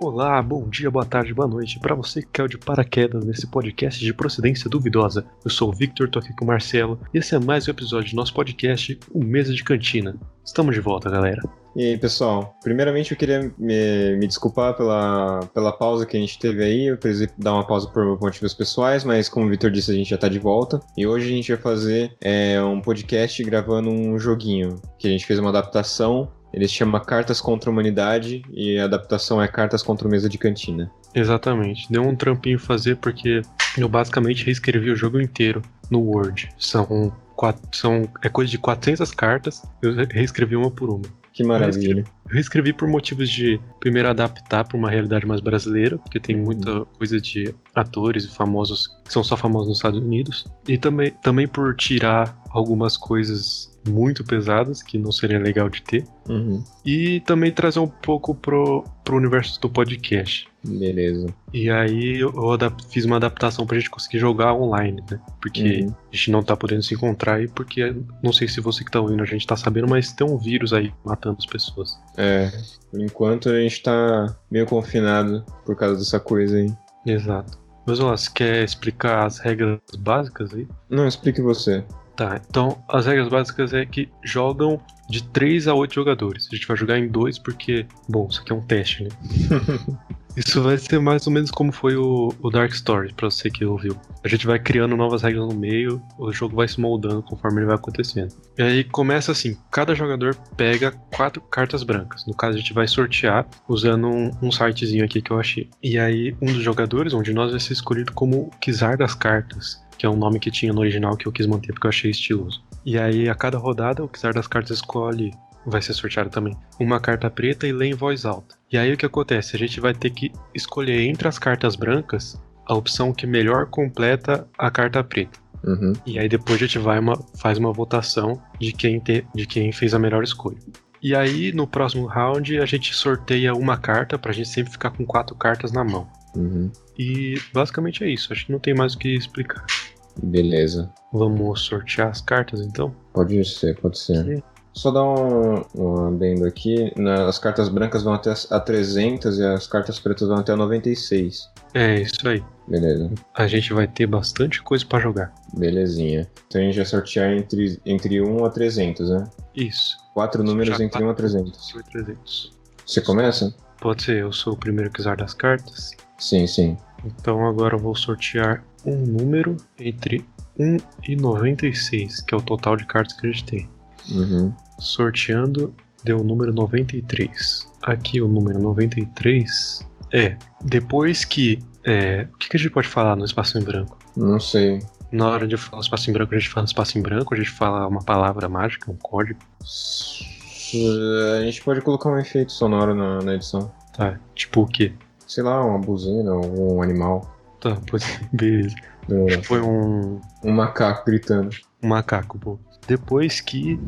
Olá, bom dia, boa tarde, boa noite. Para você que caiu de paraquedas nesse podcast de procedência duvidosa, eu sou o Victor, tô aqui com o Marcelo e esse é mais um episódio do nosso podcast, o Mesa de Cantina. Estamos de volta, galera. E aí, pessoal, primeiramente eu queria me, me desculpar pela, pela pausa que a gente teve aí. Eu precisei dar uma pausa por motivos pessoais, mas como o Vitor disse, a gente já tá de volta. E hoje a gente vai fazer é, um podcast gravando um joguinho que a gente fez uma adaptação. Ele se chama Cartas contra a Humanidade e a adaptação é Cartas contra o Mesa de Cantina. Exatamente. Deu um trampinho fazer porque eu basicamente reescrevi o jogo inteiro no Word. São, quatro, são é coisa de 400 cartas, eu reescrevi uma por uma. Que maravilha. Eu reescrevi por motivos de, primeiro, adaptar para uma realidade mais brasileira, porque tem muita coisa de atores e famosos que são só famosos nos Estados Unidos, e também, também por tirar algumas coisas muito pesadas que não seria legal de ter, Uhum, e também trazer um pouco pro, pro universo do podcast. Beleza. E aí eu eu adap- fiz uma adaptação pra gente conseguir jogar online, né? Porque Uhum. a gente não tá podendo se encontrar e porque não sei se você que tá ouvindo a gente tá sabendo, mas tem um vírus aí matando as pessoas. É, por enquanto a gente tá meio confinado por causa dessa coisa aí. Exato. Mas ó, você quer explicar as regras básicas aí? Não, explique você. Tá, então as regras básicas é que jogam de 3 a 8 jogadores. A gente vai jogar em dois porque, bom, isso aqui é um teste, né? isso vai ser mais ou menos como foi o, o Dark Stories, pra você que ouviu. A gente vai criando novas regras no meio, o jogo vai se moldando conforme ele vai acontecendo. E aí começa assim: cada jogador pega quatro cartas brancas. No caso, a gente vai sortear usando um, um sitezinho aqui que eu achei. E aí, um dos jogadores, um de nós, vai ser escolhido como o Kizar das Cartas, que é um nome que tinha no original que eu quis manter porque eu achei estiloso. E aí, a cada rodada, o Kizar das Cartas escolhe. Vai ser sorteado também. Uma carta preta e lê em voz alta. E aí o que acontece? A gente vai ter que escolher entre as cartas brancas a opção que melhor completa a carta preta. Uhum. E aí depois a gente vai uma, faz uma votação de quem, te, de quem fez a melhor escolha. E aí no próximo round a gente sorteia uma carta pra gente sempre ficar com quatro cartas na mão. Uhum. E basicamente é isso, acho que não tem mais o que explicar. Beleza. Vamos sortear as cartas então? Pode ser, pode ser. Só dar um, um adendo aqui. na- as cartas brancas vão até as- a 300 e as cartas pretas vão até a 96. É isso aí. Beleza, A gente vai ter bastante coisa pra jogar. belezinha. Então a gente vai sortear entre, entre 1 a 300, né? Isso. Quatro números Já tá entre 1 a 300. 300. Você começa? um Pode ser, eu sou o primeiro que usar das cartas. Sim, sim. Então agora eu vou sortear um número entre 1 e 96, que é o total de cartas que a gente tem. Uhum. Sorteando deu o número 93. Aqui o número 93 é depois que. é, o que, que a gente pode falar no espaço em branco? Não sei. Na hora de falar espaço em branco, a gente fala espaço em branco, a gente fala uma palavra mágica, um código. S- A gente pode colocar um efeito sonoro na, na edição. Tá, tipo o quê? Sei lá, uma buzina, um animal. Tá, pois beleza. Um, Foi um, um macaco gritando. um macaco, pô. Depois que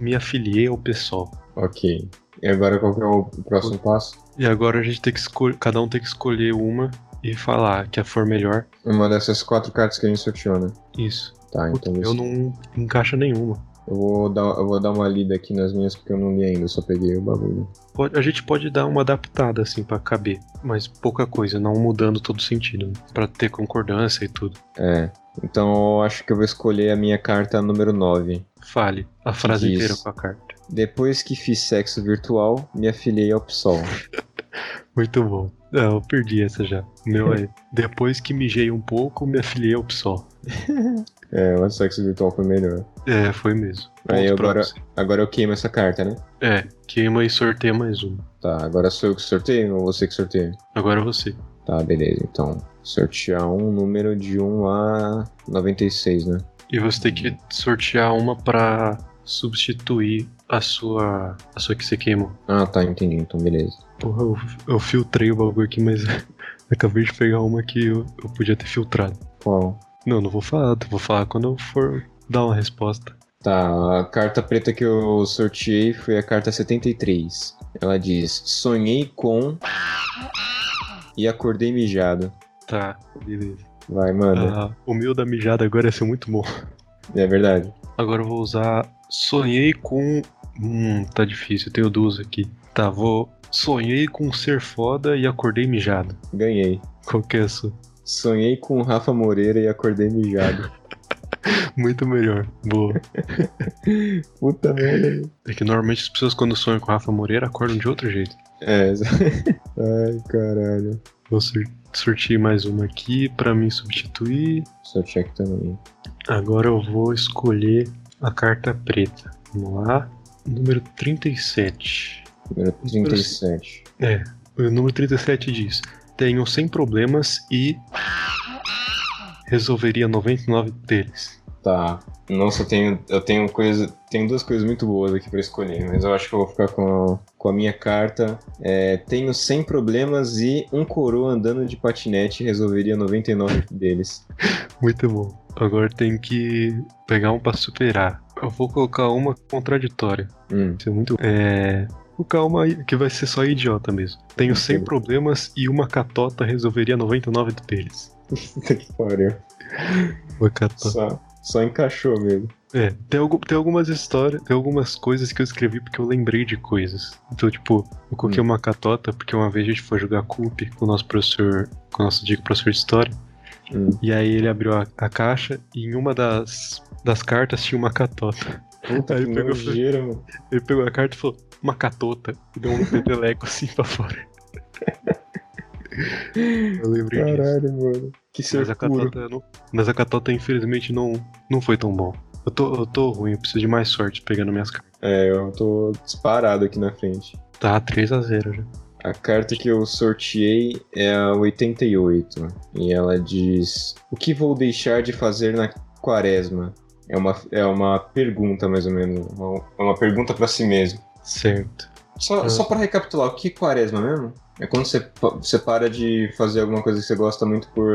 me afiliei ao PSOL. Ok. E agora qual que é o próximo passo? E agora a gente tem que escolher. Cada um tem que escolher uma e falar que a for melhor. Uma dessas quatro cartas que a gente sorteou, né? Isso. Tá, Puta, então eu não encaixa nenhuma. eu vou dar eu vou dar uma lida aqui nas minhas porque eu não li ainda, eu só peguei o bagulho. Pode- a gente pode dar uma adaptada assim pra caber, mas pouca coisa, não mudando todo o sentido, né? Pra ter concordância e tudo. É. Então eu acho que eu vou escolher a minha carta número 9. Fale a frase Isso. inteira com a carta. Depois que fiz sexo virtual, me afiliei ao PSOL. Muito bom. Ah, eu perdi essa já. O Meu é. Depois que mijei um pouco, me afiliei ao PSOL. É, o sexo virtual foi melhor. É, foi mesmo. Aí Ponto pra agora- você. Agora eu queimo essa carta, né? É, queima e sorteia mais uma. Tá, agora sou eu que sorteio ou você que sorteia? Agora é você. Tá, beleza. Então, sortear um número de 1 a 96, né? E você tem que sortear uma pra substituir a sua. a sua que você queimou. Ah, tá, entendi. Então, beleza. Porra, eu, eu filtrei o bagulho aqui, mas acabei de pegar uma que eu, eu podia ter filtrado. Qual? Não, não vou falar, vou falar quando eu for dar uma resposta. Tá, a carta preta que eu sorteei foi a carta 73. Ela diz: Sonhei com. E acordei mijado. Tá, beleza. Vai, mano. Ah, o meu da mijada agora ia ser muito bom. É verdade. Agora eu vou usar. Sonhei com Hum, tá difícil, eu tenho duas aqui. Tá, vou. Sonhei com ser foda e acordei mijado. Ganhei. Qual que é a sua? Sonhei com o Rafa Moreira e acordei mijado. Muito melhor. Boa. Puta merda. É que normalmente as pessoas quando sonham com o Rafa Moreira acordam de outro jeito. É. exa- Ai, caralho. Vou sur- sortear mais uma aqui pra me substituir. Só check também. Agora eu vou escolher a carta preta. Vamos lá. Número 37. Número 37. É, o número 37 diz: Tenho 100 problemas e. Resolveria 99 deles. Tá. Nossa, eu tenho, eu tenho coisa. Tenho duas coisas muito boas aqui pra escolher, mas eu acho que eu vou ficar com, com a minha carta. É, tenho 100 problemas e um coroa andando de patinete resolveria 99 deles. Muito bom. Agora tem que pegar um pra superar. Eu vou colocar uma contraditória. Hum. Isso é muito. É. O calma aí, que vai ser só idiota mesmo. Tenho 100 problemas e uma catota resolveria 99 deles. Puta que pariu. Uma catota. Só, só encaixou mesmo. É, tem, algu- tem algumas histórias, tem algumas coisas que eu escrevi porque eu lembrei de coisas. Então, tipo, eu coloquei uma catota porque uma vez a gente foi jogar CUP com o nosso professor, com o nosso digo professor de história, Hum. e aí ele abriu a, a caixa e em uma das, das cartas tinha uma catota. Puta Aí que pegou- nojeira, mano. Ele pegou a carta e falou, uma catota, e deu um peteleco assim pra fora. eu lembrei disso. Caralho, mano. Que Mas é a, ser puro. catota, não- mas a catota, infelizmente, não, não foi tão bom. Eu tô, eu tô ruim, eu preciso de mais sorte pegando minhas cartas. É, eu tô disparado aqui na frente. Tá 3x0 já. A carta que eu sorteei é a 88. E ela diz: O que vou deixar de fazer na quaresma? É uma, é uma pergunta, mais ou menos. Uma- É uma pergunta pra si mesmo. Certo. Só, Ah. só para recapitular, o que é quaresma mesmo? É quando você, pa- você para de fazer alguma coisa que você gosta muito por,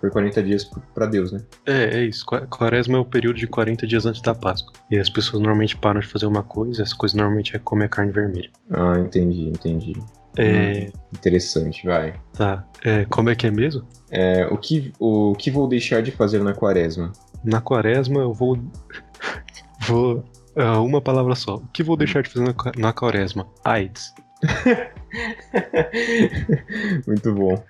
por 40 dias p- pra Deus, né? É, é isso. Qua- Quaresma é o período de 40 dias antes da Páscoa. E as pessoas normalmente param de fazer uma coisa, essa coisa normalmente é comer carne vermelha. Ah, entendi, entendi. Uhum. É. Interessante, vai. Tá. É, como é que é mesmo? É, o, que, o que vou deixar de fazer na quaresma? Na quaresma eu vou. vou. ah, uma palavra só. O que vou Hum. deixar de fazer na, qua- na quaresma? AIDS. Muito bom.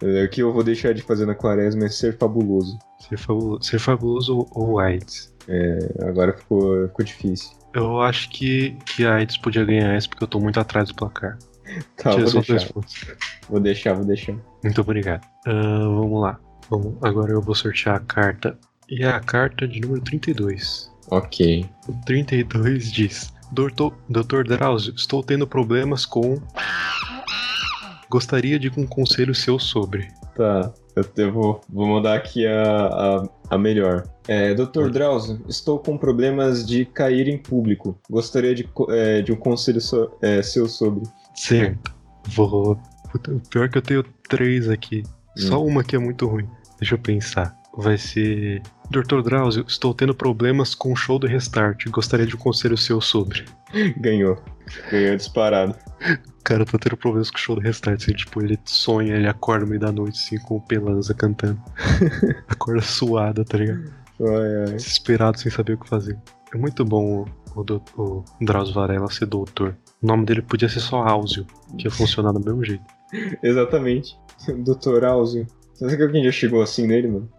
É, O que eu vou deixar de fazer na quaresma é ser fabuloso. Ser fabuloso, ser fabuloso ou, ou AIDS? É, Agora ficou, ficou difícil. Eu acho que, que a AIDS podia ganhar essa porque eu tô muito atrás do placar. Tá, Tinha vou só dois deixar, pontos. vou deixar, vou deixar. Muito obrigado. Ah, vamos lá. Bom, agora eu vou sortear a carta. E é a carta de número 32. Ok. O 32 diz: Doutor, Doutor Drauzio, estou tendo problemas com. Gostaria de um conselho seu sobre. Tá. Eu, eu vou, vou mandar aqui a, a, a melhor. É, Dr. Oi. Drauzio, estou com problemas de cair em público. Gostaria de, co- é, de um conselho so- é, seu sobre. Certo. Vou. Puta, O pior é que eu tenho três aqui. Só uma que é muito ruim. Deixa eu pensar. Vai ser. Doutor Drauzio, estou tendo problemas com o show do Restart. Gostaria de um conselho seu sobre. Ganhou. Ganhou disparado. Cara, eu tô tendo problemas com o show do Restart. Assim, tipo, ele sonha, ele acorda no meio da noite, assim, com o Pelanza cantando. acorda suada, tá ligado? Ai, ai. Desesperado, sem saber o que fazer. É muito bom o, o, dou- o Drauzio Varela ser doutor. O nome dele podia ser só Áuzio, que ia funcionar do mesmo jeito. Exatamente. Dr. Drauzio. Será que alguém já chegou assim nele, mano?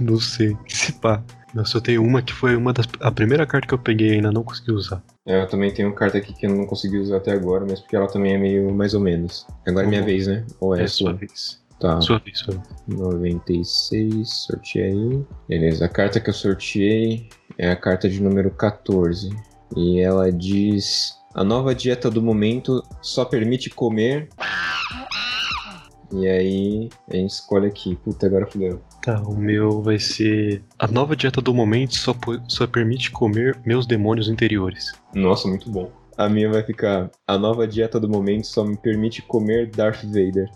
Não sei. Se pá. Nossa, eu tenho uma que foi uma das. A primeira carta que eu peguei e ainda não consegui usar. É, eu também tenho carta aqui que eu não consegui usar até agora, mas porque ela também é meio mais ou menos. Agora é minha Uhum. vez, né? Ou é, É a sua Ah. sua? vez. Tá. Sua vez, sua vez. 96, sorteei. Beleza, a carta que eu sorteei é a carta de número 14. E ela diz: A nova dieta do momento só permite comer. E aí, a gente escolhe aqui. Puta, agora fudeu. Tá, o meu vai ser. A nova dieta do momento só, po- só permite comer meus demônios interiores. Nossa, muito bom. A minha vai ficar: A nova dieta do momento só me permite comer Darth Vader.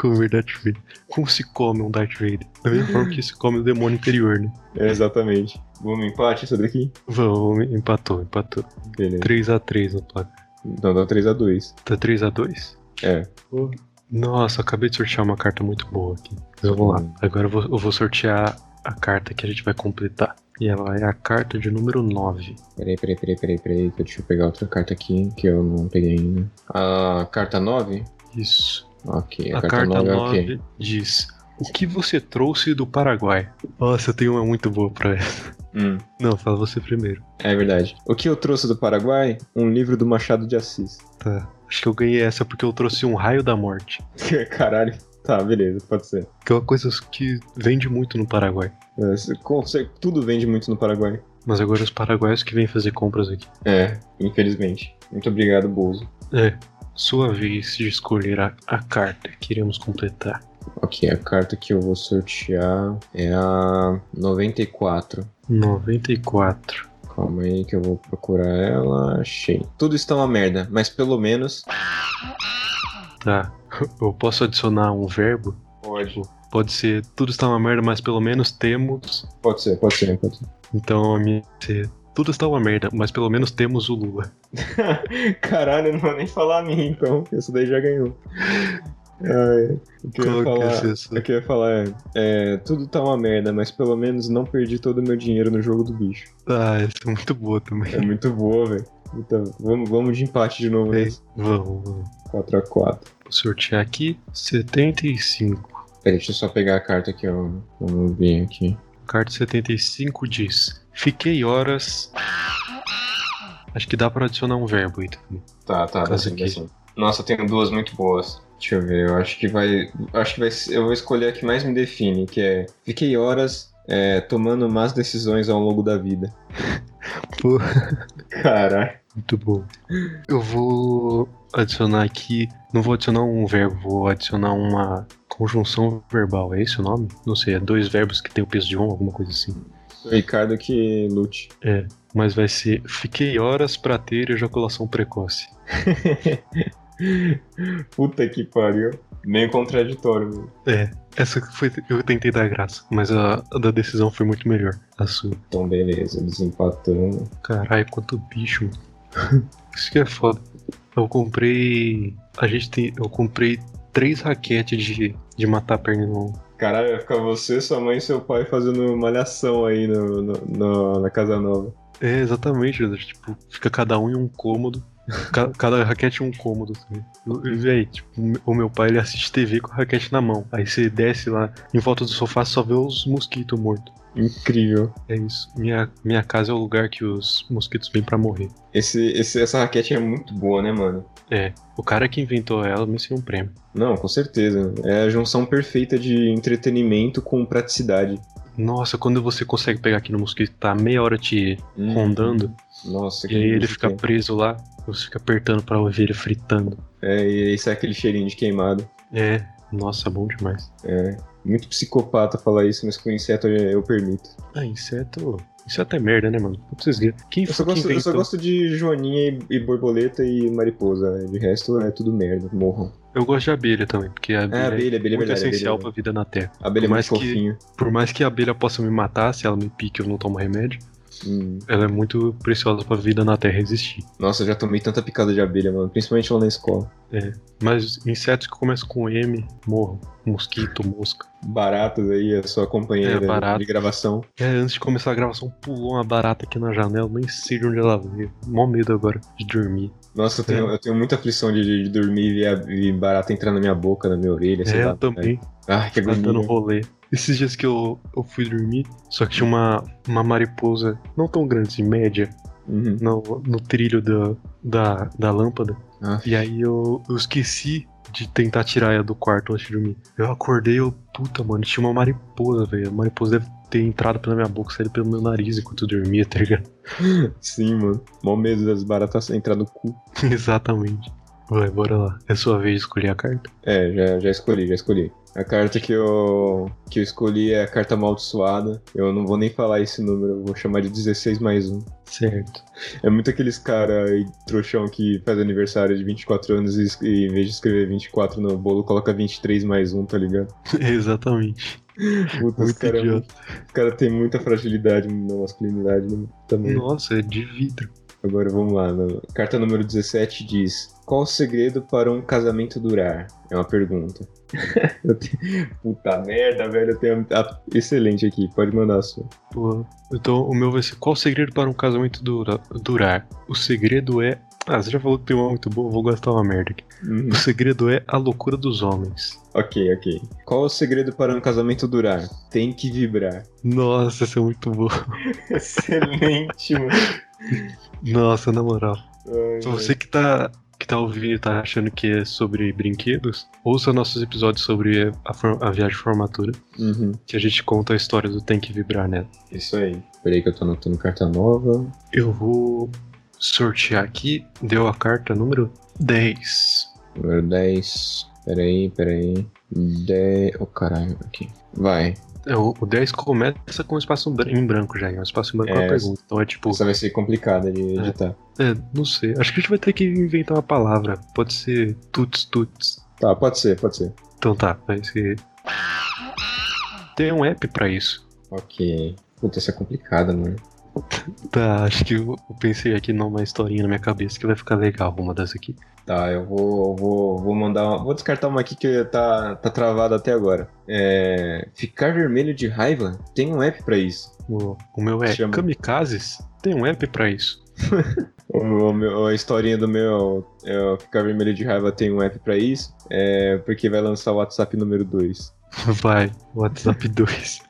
Comer Darth Vader. Como se come um Darth Vader? Da mesma forma que se come o demônio interior, né? É, exatamente. Vamos empate isso daqui? Vamos, empatou, empatou. Beleza. 3x3 no placar. Então dá 3x2. Tá 3x2? É. Nossa, acabei de sortear Uhum. uma carta muito boa aqui. Mas vamos lá. Agora eu vou, eu vou sortear a carta que a gente vai completar. E ela é a carta de número 9. Peraí, peraí, peraí, peraí, peraí. que Deixa eu pegar outra carta aqui que eu não peguei ainda. A carta 9? Isso. Ok, a, a carta, 9 é o quê? diz: O que você trouxe do Paraguai? Nossa, eu tenho uma muito boa pra essa. Hum, Não, fala você primeiro. é verdade. O que eu trouxe do Paraguai? Um livro do Machado de Assis. Tá. Acho que eu ganhei essa porque eu trouxe um raio da morte. Caralho. Tá, beleza, pode ser. Que é uma coisa que vende muito no Paraguai. É, se- com cer- Tudo vende muito no Paraguai. Mas agora os paraguaios que vêm fazer compras aqui. É, infelizmente. Muito obrigado, Bozo. É. Sua vez de escolher a, a carta que iremos completar. Ok, a carta que eu vou sortear é a 94. 94. Calma aí que eu vou procurar ela. Achei. Tudo está uma merda, mas pelo menos. Tá. Eu posso adicionar um verbo? Pode. Pode ser tudo está uma merda, mas pelo menos temos. Pode ser, pode ser, pode ser. Então a minha vai ser tudo está uma merda, mas pelo menos temos o Lula. Caralho, eu não vou nem falar a minha então. Isso daí já ganhou. Ai, o que eu ia Qual que é falar. essa? O que eu ia falar é, é, Tudo tá uma merda, mas pelo menos não perdi todo o meu dinheiro no jogo do bicho. Ah, essa é muito boa também. É muito boa, velho. Então, vamos, vamos de empate de novo, né? Vamos, vamos. 4x4. Vou sortear aqui. 75. Peraí, deixa eu só pegar a carta que eu não vi aqui. Carta 75 diz: Fiquei horas. Acho que dá pra adicionar um verbo aí também. Tá, tá, dá Essa sim, dá aqui. sim. Nossa, eu tenho duas muito boas. Deixa eu ver, eu acho que vai. Acho que vai. ser- Eu vou escolher a que mais me define, que é. Fiquei horas é, tomando más decisões ao longo da vida. Pô. Caralho. Muito bom. Eu vou adicionar aqui. Não vou adicionar um verbo, vou adicionar uma conjunção verbal. É esse o nome? Não sei, é dois verbos que tem o peso de um, alguma coisa assim. Ricardo que lute. Mas vai ser: Fiquei horas pra ter ejaculação precoce. Puta que pariu. Meio contraditório. meu. Essa que foi eu tentei dar graça, mas a, a da decisão foi muito melhor. A sua. Então, beleza, desempatando. Caralho, quanto bicho. mano. Isso que é foda. Eu comprei. A gente tem. Eu comprei três raquetes de, de matar a perna um. no. Caralho, vai ficar você, sua mãe e seu pai fazendo malhação aí no, no- no- na casa nova. É, exatamente. né? Tipo, fica cada um em um cômodo. Ca- Cada raquete em um cômodo. Assim. E, Véi, tipo, o me- o meu pai ele assiste TV com a raquete na mão. Aí você desce lá em volta do sofá só vê os mosquitos mortos. Incrível. É isso. Minha, minha casa é o lugar que os mosquitos vêm pra morrer. Esse, esse, essa raquete é muito boa, né, mano? O cara que inventou ela merecia um prêmio. Não, com certeza. É a junção perfeita de entretenimento com praticidade. Nossa, quando você consegue pegar aqui no mosquito, que tá meia hora te rondando, Nossa, e aí ele bicho fica que- preso lá, você fica apertando pra ouvir ele fritando. É, e isso é aquele cheirinho de queimado. É, nossa, bom demais. É. Muito psicopata falar isso, mas com inseto eu eu permito. Ah, inseto. Inseto é merda, né, mano? Putz, vocês viram. Quem Eu foi só que gosto, eu só inventou? gosto de joaninha e, e borboleta e mariposa. De resto é tudo merda, morram. Eu gosto de abelha também, porque a abelha é, abelha, abelha é muito verdade, abelha é essencial verdade. pra vida na Terra. A abelha é Por mais muito que- fofinho. Por mais que a abelha possa me matar, se ela me pique eu não tomo remédio, Hum. ela é muito preciosa pra vida na Terra existir. Nossa, eu já tomei tanta picada de abelha, mano. Principalmente lá na escola. Mas insetos que começam com M morram. Mosquito, mosca. Baratas aí, a sua companheira É, barata. de gravação. É, antes de começar a gravação, pulou uma barata aqui na janela, nem sei de onde ela veio. Mó medo agora de dormir. Nossa, eu É. tenho, eu tenho muita aflição de, de- de dormir e ver a- e barata entrar na minha boca, na minha orelha, sei é, lá. eu também, Ai, que tá agonia. dando rolê. Esses dias que eu, eu fui dormir, só que tinha uma, uma mariposa, não tão grande, assim, média, Uhum. no, no trilho da, da, da lâmpada. Ah. E aí eu, eu esqueci de tentar tirar ela do quarto antes de dormir. Eu acordei, eu, puta, mano, tinha uma mariposa, velho. A mariposa deve ter entrado pela minha boca, saído pelo meu nariz enquanto eu dormia, tá ligado? Sim, mano. Mó medo das baratas entrar no cu. Exatamente. Vai, bora lá. É sua vez de escolher a carta. É, já, já escolhi, já escolhi. A carta que eu, que eu escolhi é a carta amaldiçoada. Eu não vou nem falar esse número, eu vou chamar de 16 mais 1. Certo. É muito aqueles cara aí, trouxão que faz aniversário de 24 anos e, es- e em vez de escrever 24 no bolo, coloca 23 mais 1, tá ligado? Exatamente. Puta, os Muito cara, é idiota. os cara tem muita fragilidade na masculinidade né? também. Nossa, é de vidro. Agora vamos lá. no- Carta número 17 diz: Qual o segredo para um casamento durar? É uma pergunta. Eu tenho- Puta merda, velho. Eu tenho. a- Excelente aqui, pode mandar a sua. Pô, Então o meu vai ser qual o segredo para um casamento dura- durar? O segredo é. Ah, você já falou que tem uma muito boa, eu vou gastar uma merda aqui. Uhum. O segredo é a loucura dos homens. Ok, ok. Qual o segredo para um casamento durar? Tem que vibrar. Nossa, isso é muito bom. Excelente, mano. Nossa, na moral. Ai, Se você que tá, que tá ouvindo e tá achando que é sobre brinquedos, ouça nossos episódios sobre a, for- a viagem de formatura, Uhum. que a gente conta a história do Tem que Vibrar nela. Isso aí. Peraí que eu tô anotando carta nova. Eu vou sortear aqui, deu a carta número 10. Número 10. Peraí, peraí. 10. Oh, caralho, aqui. Vai. É, O, o 10 começa com um espaço bran- em branco já, é um espaço em branco é uma É, pergunta. Então é tipo, Essa vai ser complicada de editar. é, não sei, acho que a gente vai ter que inventar uma palavra. Pode ser tuts tuts. Tá, pode ser, pode ser. Então tá, vai ser. Tem um app pra isso. Ok. Puta, essa é complicada, mano. Tá, acho que eu, eu pensei aqui numa historinha na minha cabeça que vai ficar legal uma das aqui. Tá, eu vou, eu vou, vou mandar uma. Vou descartar uma aqui que tá, tá travada até agora. É. Ficar vermelho de raiva? Tem um app pra isso. O, o meu é Chama. Kamikazes? Tem um app pra isso. O, meu- o meu- a historinha do meu é, o ficar vermelho de raiva tem um app pra isso. É porque vai lançar o WhatsApp número 2. Vai, WhatsApp 2.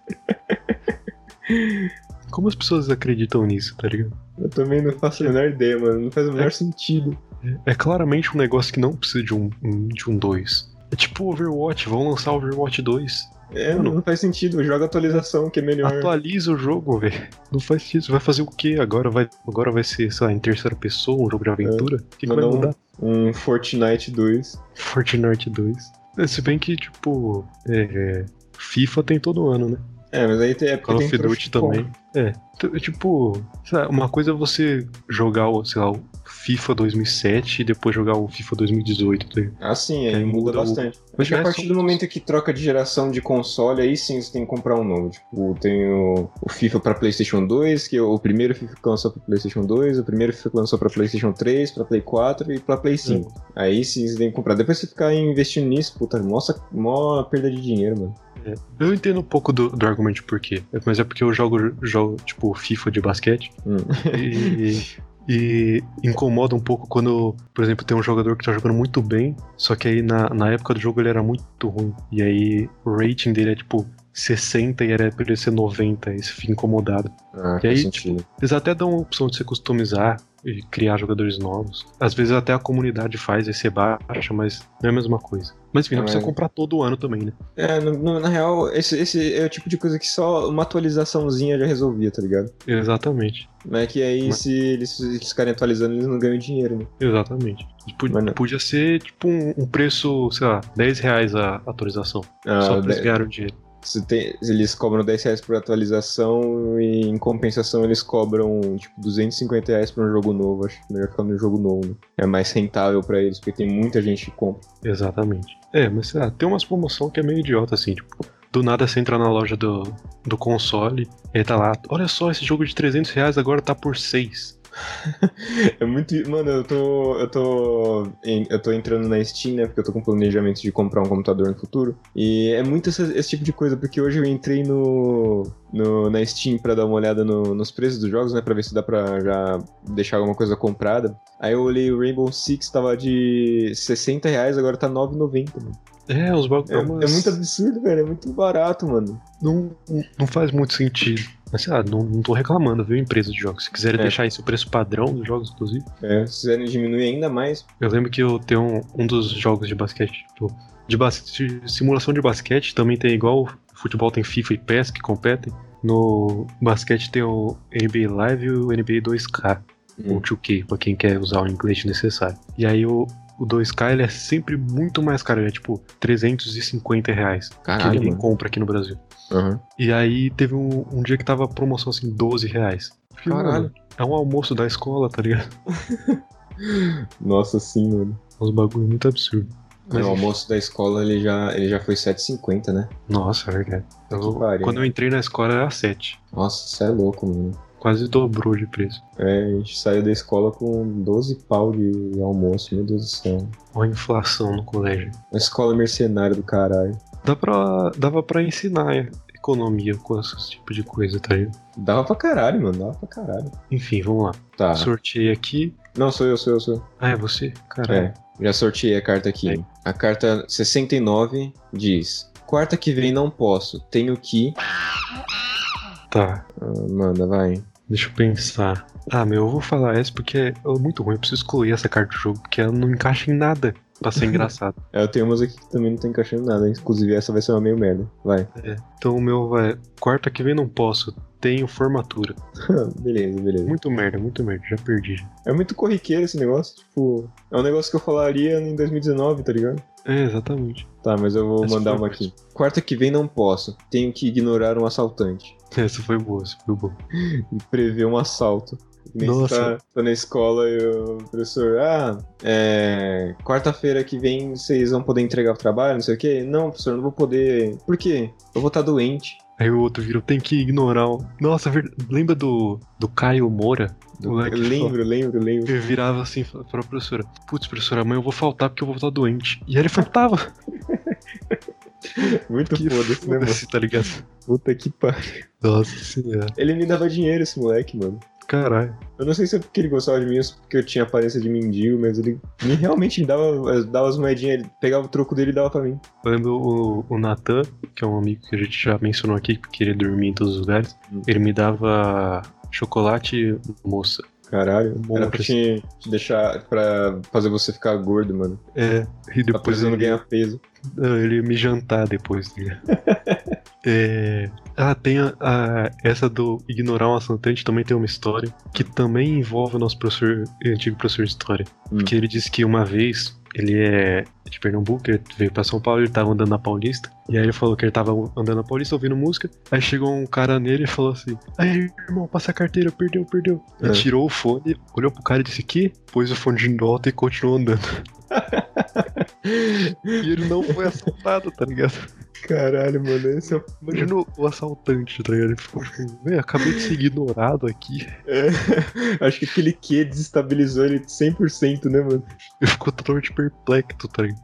Como as pessoas acreditam nisso, tá ligado? Eu também não faço a menor ideia, mano. Não faz o menor sentido. É claramente um negócio que não precisa de um um- de um 2. É tipo Overwatch, vão lançar Overwatch 2. É, não faz sentido. Joga atualização que é melhor. Atualiza o jogo, velho. Não faz isso. Vai fazer o quê? Agora vai, agora vai ser, sei lá, em terceira pessoa, um jogo de aventura? O que, que vai Mandar um- mudar? Um Fortnite 2. Fortnite 2. É, Se bem que, tipo, é, é, FIFA tem todo ano, né? É, mas aí tem, é porque Call tem of Duty Pro- também. É. T- é Tipo, sei lá, uma coisa é você jogar, o, sei lá, o FIFA 2007 e depois jogar o FIFA 2018. Tá? ligado? Ah, sim, Que aí aí muda, muda o- bastante. Acho que É, a partir são- do momento que troca de geração de console, aí sim você tem que comprar um novo. Tipo, tem o, o FIFA pra PlayStation 2, que é o primeiro FIFA que lançou pra PlayStation 2, o primeiro FIFA que lançou pra PlayStation 3, pra Play 4 e pra Play 5. Aí sim você tem que comprar. Depois você ficar investindo nisso, puta, nossa, mó perda de dinheiro, mano. Eu entendo um pouco do, do argumento de por quê. É, Mas é porque eu jogo, jogo tipo, FIFA de basquete. Hum. E, e incomoda um pouco quando, por exemplo, tem um jogador que tá jogando muito bem, só que aí na, na época do jogo ele era muito ruim. E aí o rating dele é tipo 60 e era pra ele ser 90. Aí você fica incomodado. Ah, E aí, tipo, faz sentido. Eles até dão a opção de você customizar e criar jogadores novos. Às vezes até a comunidade faz esse baixa, mas não é a mesma coisa. Mas enfim, não É, precisa mas- comprar todo ano também, né? É, no- no- na real, esse, esse é o tipo de coisa que só uma atualizaçãozinha já resolvia, tá ligado? Exatamente. Mas que aí, Mas- se eles, se eles ficarem atualizando, eles não ganham dinheiro, né? Exatamente. P- Mas não- Podia ser tipo um, um preço, sei lá, 10 reais a atualização. só Ah, pra eles de- ganharem dinheiro. se tem- se eles cobram 10 reais por atualização e, em compensação, eles cobram, tipo, 250 reais pra um jogo novo. Acho melhor ficar no jogo novo, né? É mais rentável pra eles, porque tem muita gente que compra. Exatamente. É, mas sei lá, tem umas promoções que é meio idiota, assim, tipo. Do nada você entra na loja do, do console, ele tá lá, olha só, esse jogo de 300 reais agora tá por 6. É muito... Mano, eu tô... Eu tô, em- eu tô entrando na Steam, né? Porque eu tô com planejamento de comprar um computador no futuro. E é muito essa- esse, tipo de coisa, porque hoje eu entrei no... no- na Steam pra dar uma olhada no- nos preços dos jogos, né? Pra ver se dá pra já deixar alguma coisa comprada. Aí eu olhei o Rainbow Six, tava de 60 reais, agora tá 9,90, mano. É, os bagulhos. É, é muito absurdo, velho. É muito barato, mano. não, não faz muito sentido. Mas sei lá, não, não tô reclamando, viu, empresa de jogos. Se quiserem É. deixar esse o preço padrão dos jogos, inclusive. É, se quiserem diminuir ainda mais. Eu lembro que eu tenho um, um dos jogos de basquete, tipo, de bas- de simulação de basquete também tem igual futebol tem FIFA e PES que competem. No basquete tem o NBA Live e o NBA 2K, Hum. ou 2K, pra quem quer usar o inglês necessário. E aí o, o 2K ele é sempre muito mais caro, ele é tipo 350 reais, que ninguém compra aqui no Brasil. Aham. E aí teve um, um dia que tava promoção assim, 12 reais. Fiquei, Caralho. mano, É um almoço da escola, tá ligado? Nossa, sim, mano. Uns bagulho muito absurdo. Mas o enfim. almoço da escola ele já, ele já foi 7,50, né? Nossa, é verdade. Eu- pariu. quando eu entrei na escola era 7. Nossa, você é louco, mano. quase dobrou de preço. É, a gente saiu da escola com 12 pau de almoço, meu Deus do céu. Olha a inflação no colégio. Uma escola mercenária do caralho. Dá pra, dava pra ensinar economia com esse tipo de coisa, tá aí? Dava pra caralho, mano, dava pra caralho. Enfim, vamos lá. Tá. Sorteio aqui. Não, sou eu, sou eu, sou eu. Ah, é você? Caralho. É, já sorteei a carta aqui. Aí. A carta 69 diz: Quarta que vem não posso, tenho que. Tá. Ah, manda, vai. Deixa eu pensar. Ah, meu, eu vou falar essa porque ela é muito ruim. Eu preciso excluir essa carta do jogo, porque ela não encaixa em nada pra ser engraçado. É, Eu tenho umas aqui que também não tá encaixando nada, inclusive essa vai ser uma meio merda. Vai. Então o meu vai. Quarta que vem não posso. Tenho formatura. beleza, beleza. Muito merda, muito merda. Já perdi. já. É muito corriqueiro esse negócio, tipo. É um negócio que eu falaria em 2019, tá ligado? É, exatamente. Tá, mas eu vou Essa mandar foi uma boa. aqui. Quarta que vem não posso, tenho que ignorar um assaltante Essa foi boa, essa foi boa. e prever um assalto. Que Nem Nossa. Tá, tá na escola e o professor, ah, é. Quarta-feira que vem vocês vão poder entregar o trabalho, não sei o quê. Não, professor, não vou poder. Por quê? Eu vou estar doente. Aí o outro vira, eu tenho que ignorar. o- Nossa, ver- lembra do, do Caio Moura? O moleque Eu lembro, lembro, lembro. Ele virava assim e falava pra professora: Putz, professora, amanhã eu vou faltar porque eu vou estar doente. E aí ele faltava. Muito Que foda-se, né, mano? foda-se, tá ligado? Puta que pariu. Nossa senhora. Ele me dava dinheiro, esse moleque, mano. Caralho. Eu não sei se é porque ele gostava de mim ou se porque eu tinha aparência de mendigo, mas ele me realmente me dava, eh, dava as moedinhas, ele pegava o troco dele e dava pra mim. Eu lembro o, o Natan, que é um amigo que a gente já mencionou aqui, que queria dormir em todos os lugares. Hum. Ele me dava chocolate moça. Caralho, Bom, era pra te, te deixar, pra fazer você ficar gordo, mano. É, e Tá depois precisando ele, ganhar peso. não, é? ele ia me jantar depois, tá ligado? É, ah, tem a, a- essa do ignorar um assaltante também tem uma história que também envolve o nosso professor, eh, antigo professor de história. Hum. Porque ele disse que uma vez ele é de Pernambuco, ele veio pra São Paulo, ele tava andando na Paulista, e aí ele falou que ele tava andando na Paulista ouvindo música, aí chegou um cara nele e falou assim: Aí, irmão, passa a carteira, perdeu, perdeu. É. Ele tirou o fone, olhou pro cara e disse: Que? Pôs o fone de nota e continuou andando. E ele não foi assaltado, tá ligado? Caralho, mano, esse é o... Imagina o- o assaltante, tá ligado? Ele ficou tipo, "Véi, acabei de ser ignorado aqui. é, Acho que aquele que desestabilizou ele 100%, né, mano? Ele ficou totalmente perplexo, tá ligado?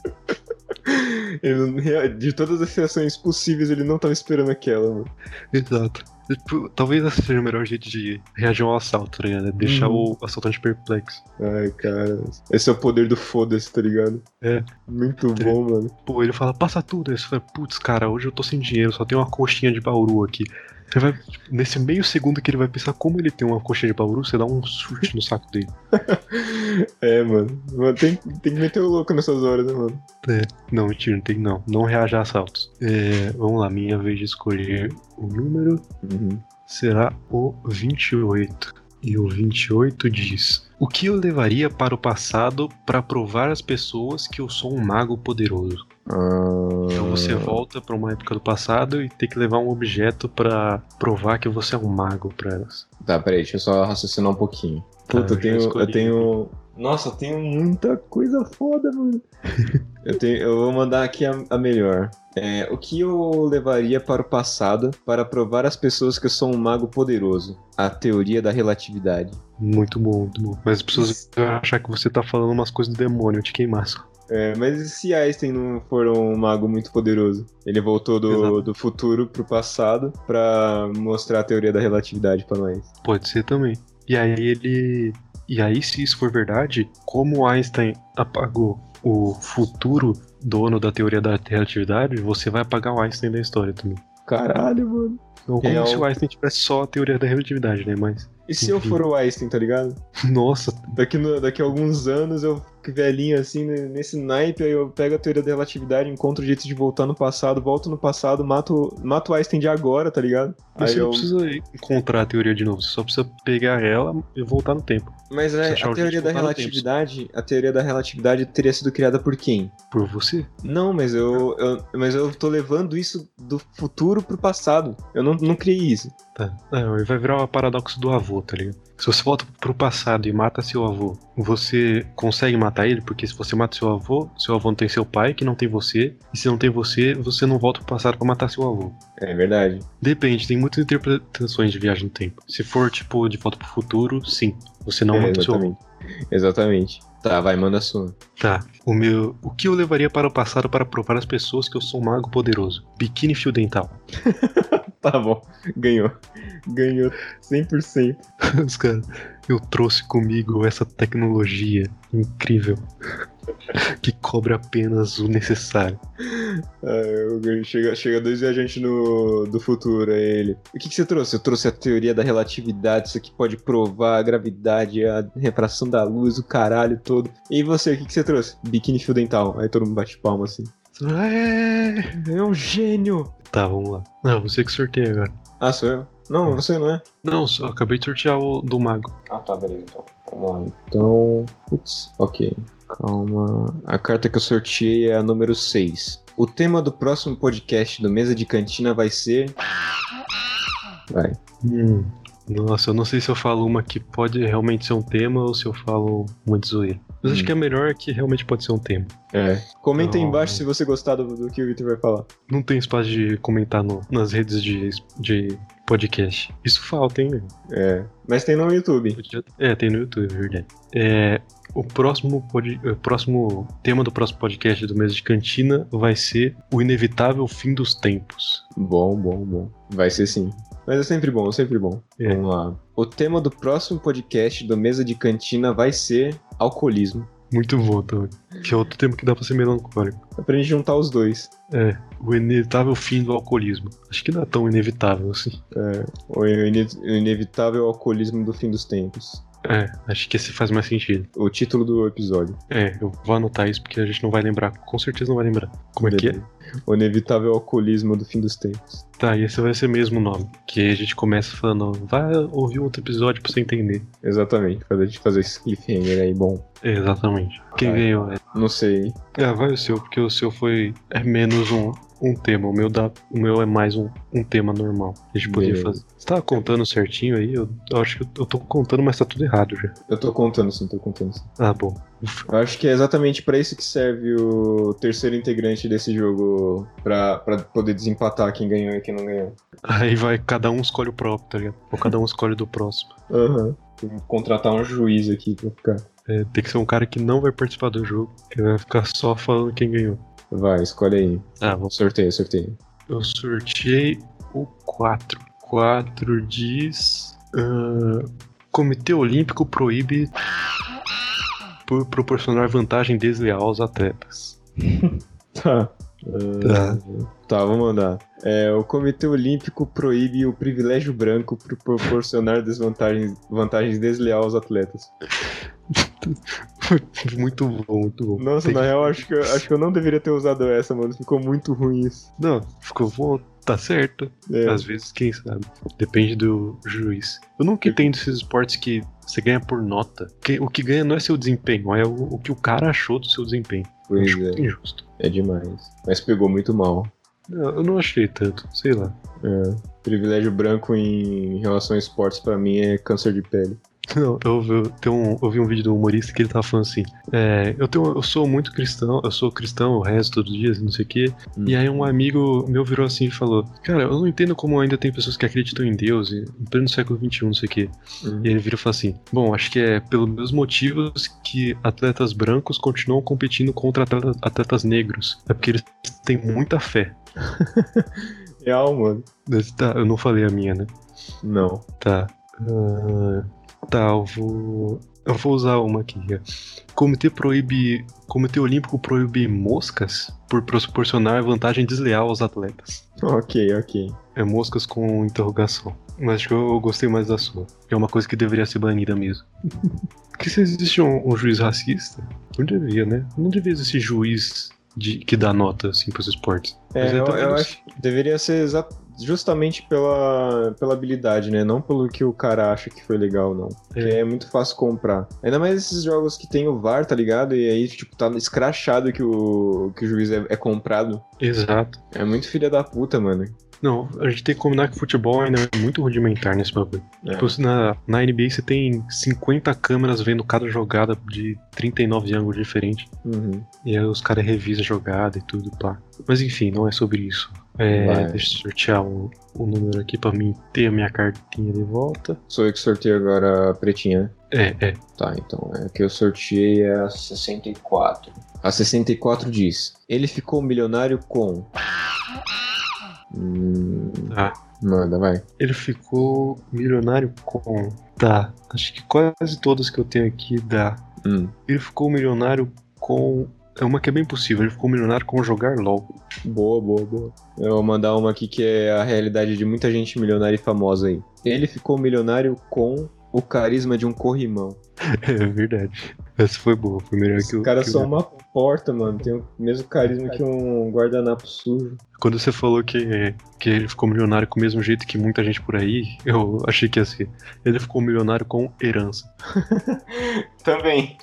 Ele não- rea- de todas as reações possíveis, ele não tava esperando aquela, mano. Exato. Tipo, talvez esse seja o melhor jeito de reagir a um assalto, tá ligado? É Deixar Uhum. o assaltante perplexo. Ai, cara, esse é o poder do foda-se, tá ligado? É. Muito bom, mano. Pô, ele fala, passa tudo. Aí você fala, putz, cara, hoje eu tô sem dinheiro, só tenho uma coxinha de bauru aqui. Você vai, tipo, nesse meio segundo que ele vai pensar como ele tem uma coxinha de bauru, você dá um chute no saco dele. É, mano. Mano, Tem, tem que meter o louco nessas horas, né, mano? Não, mentira, não tem não. Não reaja a assaltos. É, vamos lá, minha vez de escolher o número. Uhum. será o 28. E o 28 diz: O que eu levaria para o passado para provar às pessoas que eu sou um mago poderoso? Ah. Então você volta para uma época do passado e tem que levar um objeto para provar que você é um mago para elas. Tá, peraí, deixa eu só raciocinar um pouquinho. Tá, Puta, eu eu já tenho. Eu escolhi. tenho. Nossa, eu tenho muita coisa foda, mano. eu, tenho, eu vou mandar aqui a, a melhor. É, o que eu levaria para o passado para provar às pessoas que eu sou um mago poderoso? A teoria da relatividade. Muito bom, muito bom. Mas as pessoas vão achar que você tá falando umas coisas do demônio, te queimar só. É, mas e se Einstein não for um mago muito poderoso? Ele voltou do, Exato. do futuro pro passado pra mostrar a teoria da relatividade pra nós. Pode ser também. E aí ele. E aí, se isso for verdade, como Einstein apagou o futuro dono da teoria da relatividade, você vai apagar o Einstein da história também. Caralho, mano. Não como Real. se o Einstein tivesse só a teoria da relatividade, né? Mas. E se eu Enfim. for o Einstein, tá ligado? Nossa, Daqui, no- daqui a alguns anos eu fico velhinho assim, né, nesse naipe, aí eu pego a teoria da relatividade, encontro o jeito de voltar no passado, volto no passado, mato, mato o Einstein de agora, tá ligado? mas Aí você eu... não precisa encontrar a teoria de novo, você só precisa pegar ela e voltar no tempo. Mas precisa é, achar a o jeito teoria de da voltar no tempo. relatividade, a teoria da relatividade teria sido criada por quem? Por você? Não, mas eu, eu- mas eu tô levando isso do futuro pro passado. Eu não, não criei isso. É, Tá. Ah, vai virar o paradoxo do avô, tá ligado? Se você volta pro passado e mata seu avô, você consegue matar ele? Porque se você mata seu avô, seu avô não tem seu pai, que não tem você. E se não tem você, você não volta pro passado pra matar seu avô. É verdade. Depende, tem muitas interpretações de viagem no tempo. Se for, tipo, de volta pro futuro, sim. Você não é, mata seu avô. exatamente. Exatamente. Tá, vai, manda a sua. Tá. O meu. O que eu levaria para o passado para provar às pessoas que eu sou um mago poderoso? Biquíni fio dental. Tá bom, ganhou. Ganhou 100%. Os caras. Eu trouxe comigo essa tecnologia incrível que cobre apenas o necessário. Ah, eu- chega, chega dois viajantes no, do futuro, é ele. O que, que você trouxe? Eu trouxe a teoria da relatividade, isso aqui pode provar a gravidade, a refração da luz, o caralho todo. E você, o que, que você trouxe? Biquíni fio dental. Aí todo mundo bate palma assim. Você fala, "É." É um gênio! Tá, vamos lá. Não, você que sorteia agora. Ah, sou eu? Não, você não é. Não, só acabei de sortear o do mago. Ah, tá, beleza, então. Vamos lá, então... Putz, ok. Calma. A carta que eu sorteei é a número 6. O tema do próximo podcast do Mesa de Cantina vai ser... Vai. Nossa, eu não sei se eu falo uma que pode realmente ser um tema ou se eu falo uma de zoeira. Mas acho Hum. que a melhor é que realmente pode ser um tema. É. Comenta aí Então- embaixo se você gostar do, do que o Victor vai falar. Não tem espaço de comentar no- nas redes de, de podcast. Isso falta, hein? meu? É. Mas tem no YouTube. Podia- É, tem no YouTube, é verdade. É, o, próximo pod- é, o próximo tema do próximo podcast do mês de cantina vai ser o inevitável fim dos tempos. Bom, bom, bom. Vai ser sim. Mas é sempre bom, sempre bom. É. Vamos lá. O tema do próximo podcast do Mesa de Cantina vai ser alcoolismo. Muito bom, também. Que é outro tema que dá pra ser melancólico. É pra gente juntar os dois. É, o inevitável fim do alcoolismo. Acho que não é tão inevitável assim. O, ine- o inevitável alcoolismo do fim dos tempos. É, acho que esse faz mais sentido. O título do episódio. É, eu vou anotar isso porque a gente não vai lembrar. Com certeza não vai lembrar. Como é que é? O inevitável alcoolismo do fim dos tempos. Tá, e esse vai ser mesmo o nome. Que aí a gente começa falando, vai ouvir outro episódio pra você entender. Exatamente. Fazer de fazer esse cliffhanger aí, bom. É, exatamente. Quem Vai. ganhou é. Não sei. Ah, vai o seu, porque o seu foi. É menos um, um tema. O meu, dá, o meu é mais um, um tema normal. A gente poderia Beleza. fazer. Você tava contando certinho aí? Eu, eu acho que eu, eu tô contando, mas tá tudo errado já. Eu tô contando sim, tô contando sim. Ah, bom. Eu acho que é exatamente pra isso que serve o terceiro integrante desse jogo, pra, pra poder desempatar quem ganhou e quem não ganhou. Aí vai, cada um escolhe o próprio, tá ligado? Ou cada um escolhe do próximo. Aham. Tem que contratar um juiz aqui pra ficar. É, tem que ser um cara que não vai participar do jogo, que vai ficar só falando quem ganhou. Vai, escolhe aí. Ah, vamos. Sorteio, sorteio. Eu sorteei o 4. 4 diz. ah, Comitê Olímpico proíbe por proporcionar vantagem desleal aos atletas. Tá. Ah, Tá, vou mandar. É, o Comitê Olímpico proíbe o privilégio branco por proporcionar desvantagens vantagens desleais aos atletas. Ah, muito bom, muito bom. Nossa, Tem na que- real, acho que, eu- acho que eu não deveria ter usado essa, mano. Ficou muito ruim isso. Não, ficou bom, tá certo. É, Às vezes, quem sabe? Depende do juiz. Eu nunca entendo esses esportes que você ganha por nota. Que- o que ganha não é seu desempenho, é o, o que o cara achou do seu desempenho. Eu pois acho muito é, injusto. é demais. Mas pegou muito mal. Não, eu não achei tanto, sei lá. É. Privilégio branco em relação a esportes, pra mim, é câncer de pele. Não, eu ouvi, eu tenho um, eu vi um vídeo do humorista que ele tava falando assim: é, eu, tenho, eu sou muito cristão, eu sou cristão, eu rezo todos os dias, não sei o quê. E aí um amigo meu virou assim e falou: Cara, eu não entendo como ainda tem pessoas que acreditam em Deus, e- em pleno século XXI, não sei o quê. Hum. E ele virou e falou assim: Bom, acho que é pelos mesmos motivos que atletas brancos continuam competindo contra atleta- atletas negros. É porque eles têm muita fé. Real, mano. Eu disse, Tá, eu não falei a minha, né? Não. Tá. Ah, tá, eu vou. Eu vou usar uma aqui. é. Comitê proíbe. Comitê Olímpico proíbe moscas por proporcionar vantagem desleal aos atletas. Ok, ok. É moscas com interrogação. Mas acho que eu gostei mais da sua. que É uma coisa que deveria ser banida mesmo. Porque se existe um, um juiz racista, não devia, né? Não devia existir juiz de, que dá nota assim pros esportes. Mas É, eu eu, também eu não acho que deveria ser exa- justamente pela, pela habilidade, né? Não pelo que o cara acha que foi legal, não. Porque é. É. muito fácil comprar. Ainda mais esses jogos que tem o VAR, tá ligado? E aí, tipo, tá escrachado que o, que o juiz é, é comprado. Exato. É muito filha da puta, mano. Não, a gente tem que combinar que futebol ainda é muito rudimentar nesse bagulho. É. Tipo, na, na NBA você tem 50 câmeras vendo cada jogada de 39 ângulos diferentes. Uhum. E aí os caras revisam a jogada e tudo, pá. Mas enfim, não é sobre isso. É, Vai. deixa eu sortear o um, número aqui pra mim ter a minha cartinha de volta. Sou eu que sorteio agora a pretinha, né? É, é. Tá, então é que eu sorteei é a 64. A 64 diz: Ele ficou milionário com. Ah. Hum, Tá. Manda, vai. Ele ficou milionário com. Tá. Acho que quase todas que eu tenho aqui dá. Hum. Ele ficou milionário com. É uma que é bem possível, ele ficou milionário com jogar LOL. Boa, boa, boa. Eu vou mandar uma aqui que é a realidade de muita gente milionária e famosa aí. Ele ficou milionário com o carisma de um corrimão. É verdade. Essa foi boa, foi melhor que o. Os caras que o- são uma porta, mano. Tem o mesmo carisma que um guardanapo sujo. Quando você falou que, que ele ficou milionário com o mesmo jeito que muita gente por aí, eu achei que ia ser. Ele ficou milionário com herança. Também.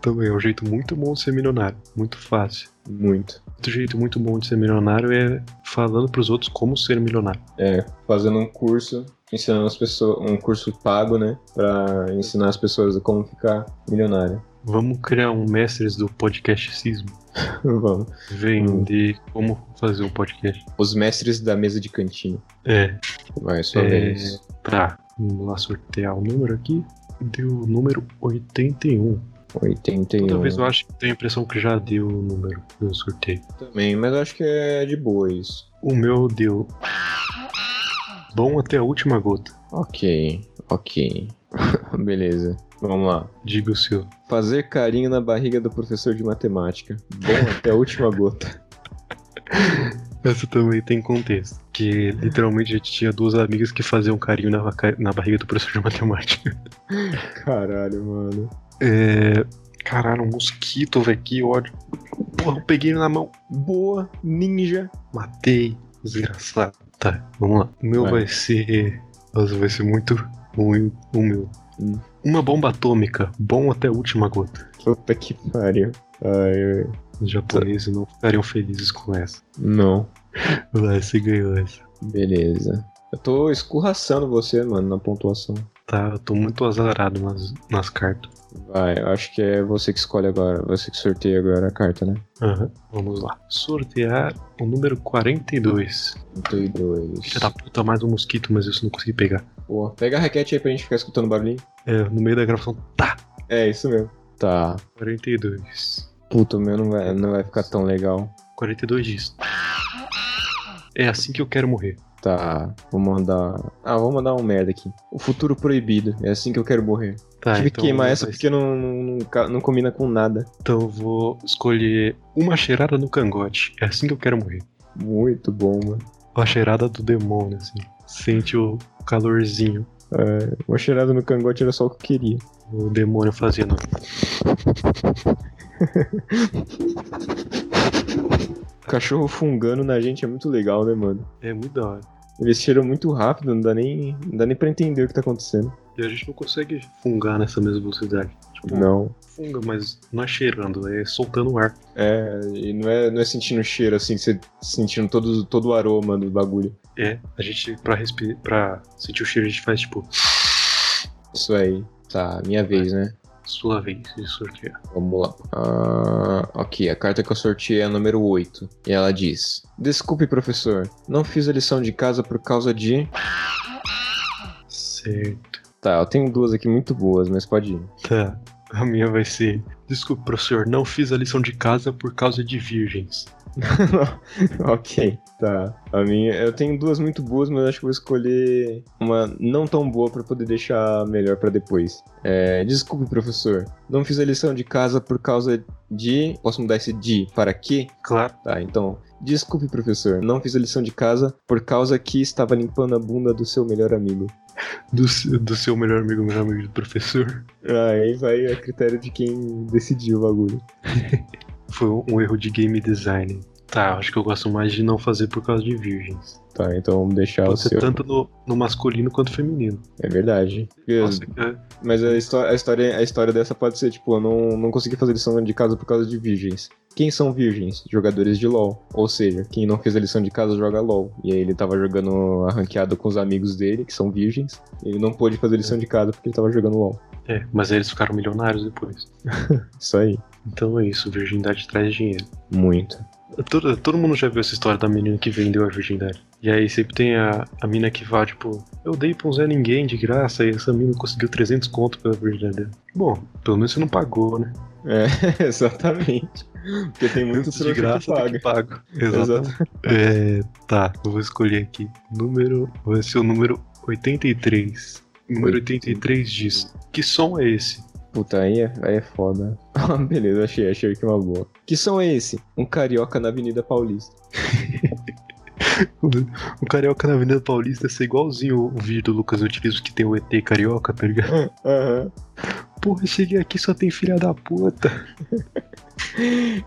Também é um jeito muito bom de ser milionário. Muito fácil. Muito. Outro jeito muito bom de ser milionário é falando pros outros como ser milionário. É, fazendo um curso, ensinando as pessoas, um curso pago, né, Pra ensinar as pessoas como ficar milionário. Vamos criar um mestres do podcast Sismo. Vamos. Vender como fazer um podcast. Os mestres da mesa de cantina. É, Vai, sua É. vez. tá. Vamos lá sortear o número aqui. Deu o número 81. 81. Toda vez eu acho que tenho a impressão que já deu o número do sorteio. Também, mas eu acho que é de boa isso. O meu deu. Bom até a última gota, Ok, ok. Beleza, vamos lá. diga o seu. Fazer carinho na barriga do professor de matemática. Bom até a última gota. Essa também tem contexto. Que literalmente a gente tinha duas amigas que faziam carinho na, vaca- na barriga do professor de matemática. Caralho, mano. É. Caralho, um mosquito, velho, que ódio. Porra, eu peguei ele na mão, Boa, ninja. matei. Desgraçado. Tá, vamos lá. O meu Vai. vai, ser. Nossa, vai ser muito ruim o meu. Hum. Uma bomba atômica, bom até a última gota. Puta que pariu. Ai, ai. Os japoneses não ficariam felizes com essa. Não. Vai, você ganhou essa. Beleza. Eu tô escurraçando você, mano, na pontuação. Tá, eu tô muito azarado nas, nas cartas. Vai, eu acho que é você que escolhe agora, você que sorteia agora a carta, né? Aham, vamos lá. Sortear o número 42. Um, 32. Filha da puta, mais um mosquito, mas isso eu não consegui pegar. Boa. Pega a raquete aí pra gente ficar escutando barulhinho. É, no meio da gravação, tá! É, isso mesmo. Tá. 42. Puta, o meu não vai, não vai ficar tão legal. 42 dias. É assim que eu quero morrer. Tá, vou mandar. Ah, vou mandar um merda aqui. O futuro proibido. É assim que eu quero morrer. Tá, Tive então que queimar vai essa ser- porque não, não, não ca- não combina com nada. Então eu vou escolher uma cheirada no cangote. É assim que eu quero morrer. Muito bom, mano. Uma cheirada do demônio, assim. Sente o calorzinho. É, uma cheirada no cangote era só o que eu queria. O demônio fazendo. Cachorro fungando na gente é muito legal, né, mano? É muito da hora. Eles cheiram muito rápido, não dá nem, não dá nem pra entender o que tá acontecendo. E a gente não consegue fungar nessa mesma velocidade. Tipo, Não. funga, mas não é cheirando, é soltando o ar. É, e não é, não é sentindo o cheiro, assim, você sentindo todo, todo o aroma do bagulho. É, a gente, pra, respi- pra sentir o cheiro, a gente faz tipo, Isso aí. Tá, minha vez, né? sua vez de sortear. Vamos lá. Ah, ok, a carta que eu sorteei é a número 8. E ela diz: Desculpe, professor, não fiz a lição de casa por causa de. Certo. Tá, eu tenho duas aqui muito boas, mas pode ir. Tá. A minha vai ser. Desculpe, professor, não fiz a lição de casa por causa de virgens. ok, tá. A minha, eu tenho duas muito boas, mas acho que vou escolher uma não tão boa pra poder deixar melhor pra depois. É, desculpe, professor, não fiz a lição de casa por causa de. Posso mudar esse de para que? Claro. Tá, então. Desculpe, professor, não fiz a lição de casa por causa que estava limpando a bunda do seu melhor amigo. Do, se- do seu melhor amigo, melhor amigo do professor. Ah, aí vai a critério de quem decidiu o bagulho. Foi um erro de game design. Tá, acho que eu gosto mais de não fazer por causa de virgens. Tá, então vamos deixar Pode o ser seu. tanto no, no masculino quanto feminino. É verdade. Nossa, que- é Mas a, histó- a história, a história dessa pode ser, tipo, eu não, não consegui fazer lição de casa por causa de virgens. quem são virgens? Jogadores de LoL. Ou seja, quem não fez a lição de casa joga LoL. E aí ele tava jogando arranqueado com os amigos dele, que são virgens. Ele não pôde fazer a lição de casa porque ele tava jogando LoL. É, mas eles ficaram milionários depois. Isso aí. Então é isso, virgindade traz dinheiro. Muito. Todo, todo mundo já viu essa história da menina que vendeu a virgindade. E aí sempre tem a, a mina que vai, tipo, eu dei pra um Zé Ninguém de graça e essa mina conseguiu 300 conto pela virgindade dela. Bom, pelo menos você não pagou, né? É, exatamente. Porque tem muito de graça do que pago. Exato. Exato. É, tá, eu vou escolher aqui. Número. Vai ser é o número 83. Número 83 diz: Que som é esse? Puta, aí é, aí é foda. Ah, Beleza, achei, achei que uma boa. Que som é esse? Um carioca na Avenida Paulista. O carioca na Avenida Paulista ia ser igualzinho o vídeo do Lucas Utilizo que tem o ET carioca, tá ligado? Aham. Porra, cheguei aqui só tem filha da puta.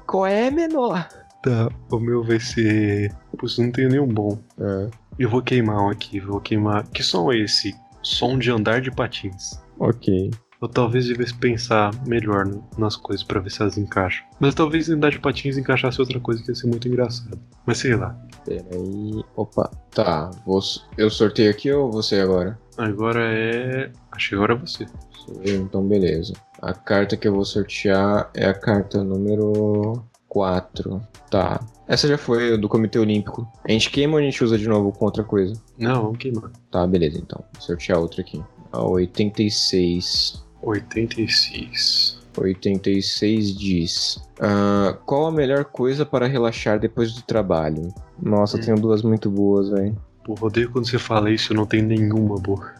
Qual é, menor? Tá, o meu vai ser. Putz, não tenho nenhum bom. É. Eu vou queimar um aqui, vou queimar. Que som é esse? Som de andar de patins. Ok. Eu talvez devesse pensar melhor no- nas coisas pra ver se elas encaixam. Mas talvez andar de patins encaixasse outra coisa que ia ser muito engraçado. Mas sei lá. Peraí. Opa. Tá, vou, eu sorteio aqui ou você agora? Agora é. Acho que agora é você. Sou eu, Então, beleza. A carta que eu vou sortear é a carta número 4. Tá. Essa já foi do Comitê Olímpico. A gente queima ou a gente usa de novo com outra coisa? Não, vamos queimar. Tá, beleza, então. Vou sortear outra aqui. Ah, A 86. 86. 86 diz: ah, Qual a melhor coisa para relaxar depois do trabalho? Nossa, Hum. tenho duas muito boas, velho. Porra, odeio quando você fala isso, eu não tenho nenhuma boa.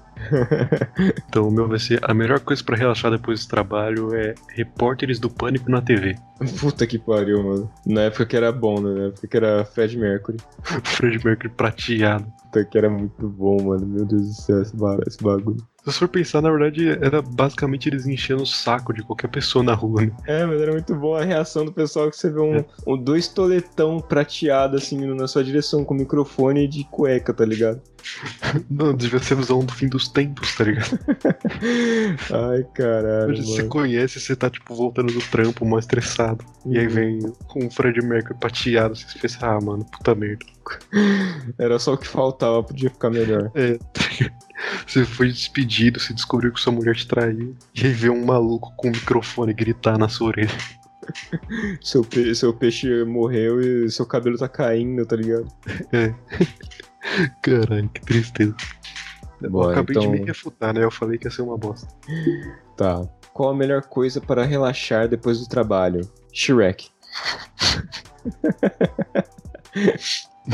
então o meu vai ser a melhor coisa pra relaxar depois do trabalho é repórteres do pânico na TV. Puta que pariu, mano. Na época que era bom, né? Na época que era Fred Mercury. Fred Mercury prateado. Puta que era muito bom, mano. Meu Deus do céu, esse, ba- esse bagulho. Se você for pensar, na verdade, era basicamente eles enchendo o saco de qualquer pessoa na rua, né? É, mas era muito bom a reação do pessoal que você vê um, um dois toletão prateado assim indo na sua direção com microfone de cueca, tá ligado? Não, devia ser a visão do fim dos tempos, tá ligado? Ai, caralho, Hoje você mano. conhece, você tá, tipo, voltando do trampo, mó estressado. E aí vem com o Fred Mercury prateado, você pensa, ah, mano, puta merda. Era só o que faltava, podia ficar melhor. É, tá ligado? Você foi despedido, você descobriu que sua mulher te traiu. E aí vê um maluco com um microfone gritar na sua orelha. Seu, pe- seu peixe morreu e seu cabelo tá caindo, tá ligado? Caralho, que tristeza. eu Bora, acabei então- de me refutar, né? Eu falei que ia ser uma bosta. Tá. Qual a melhor coisa para relaxar depois do trabalho? Shrek.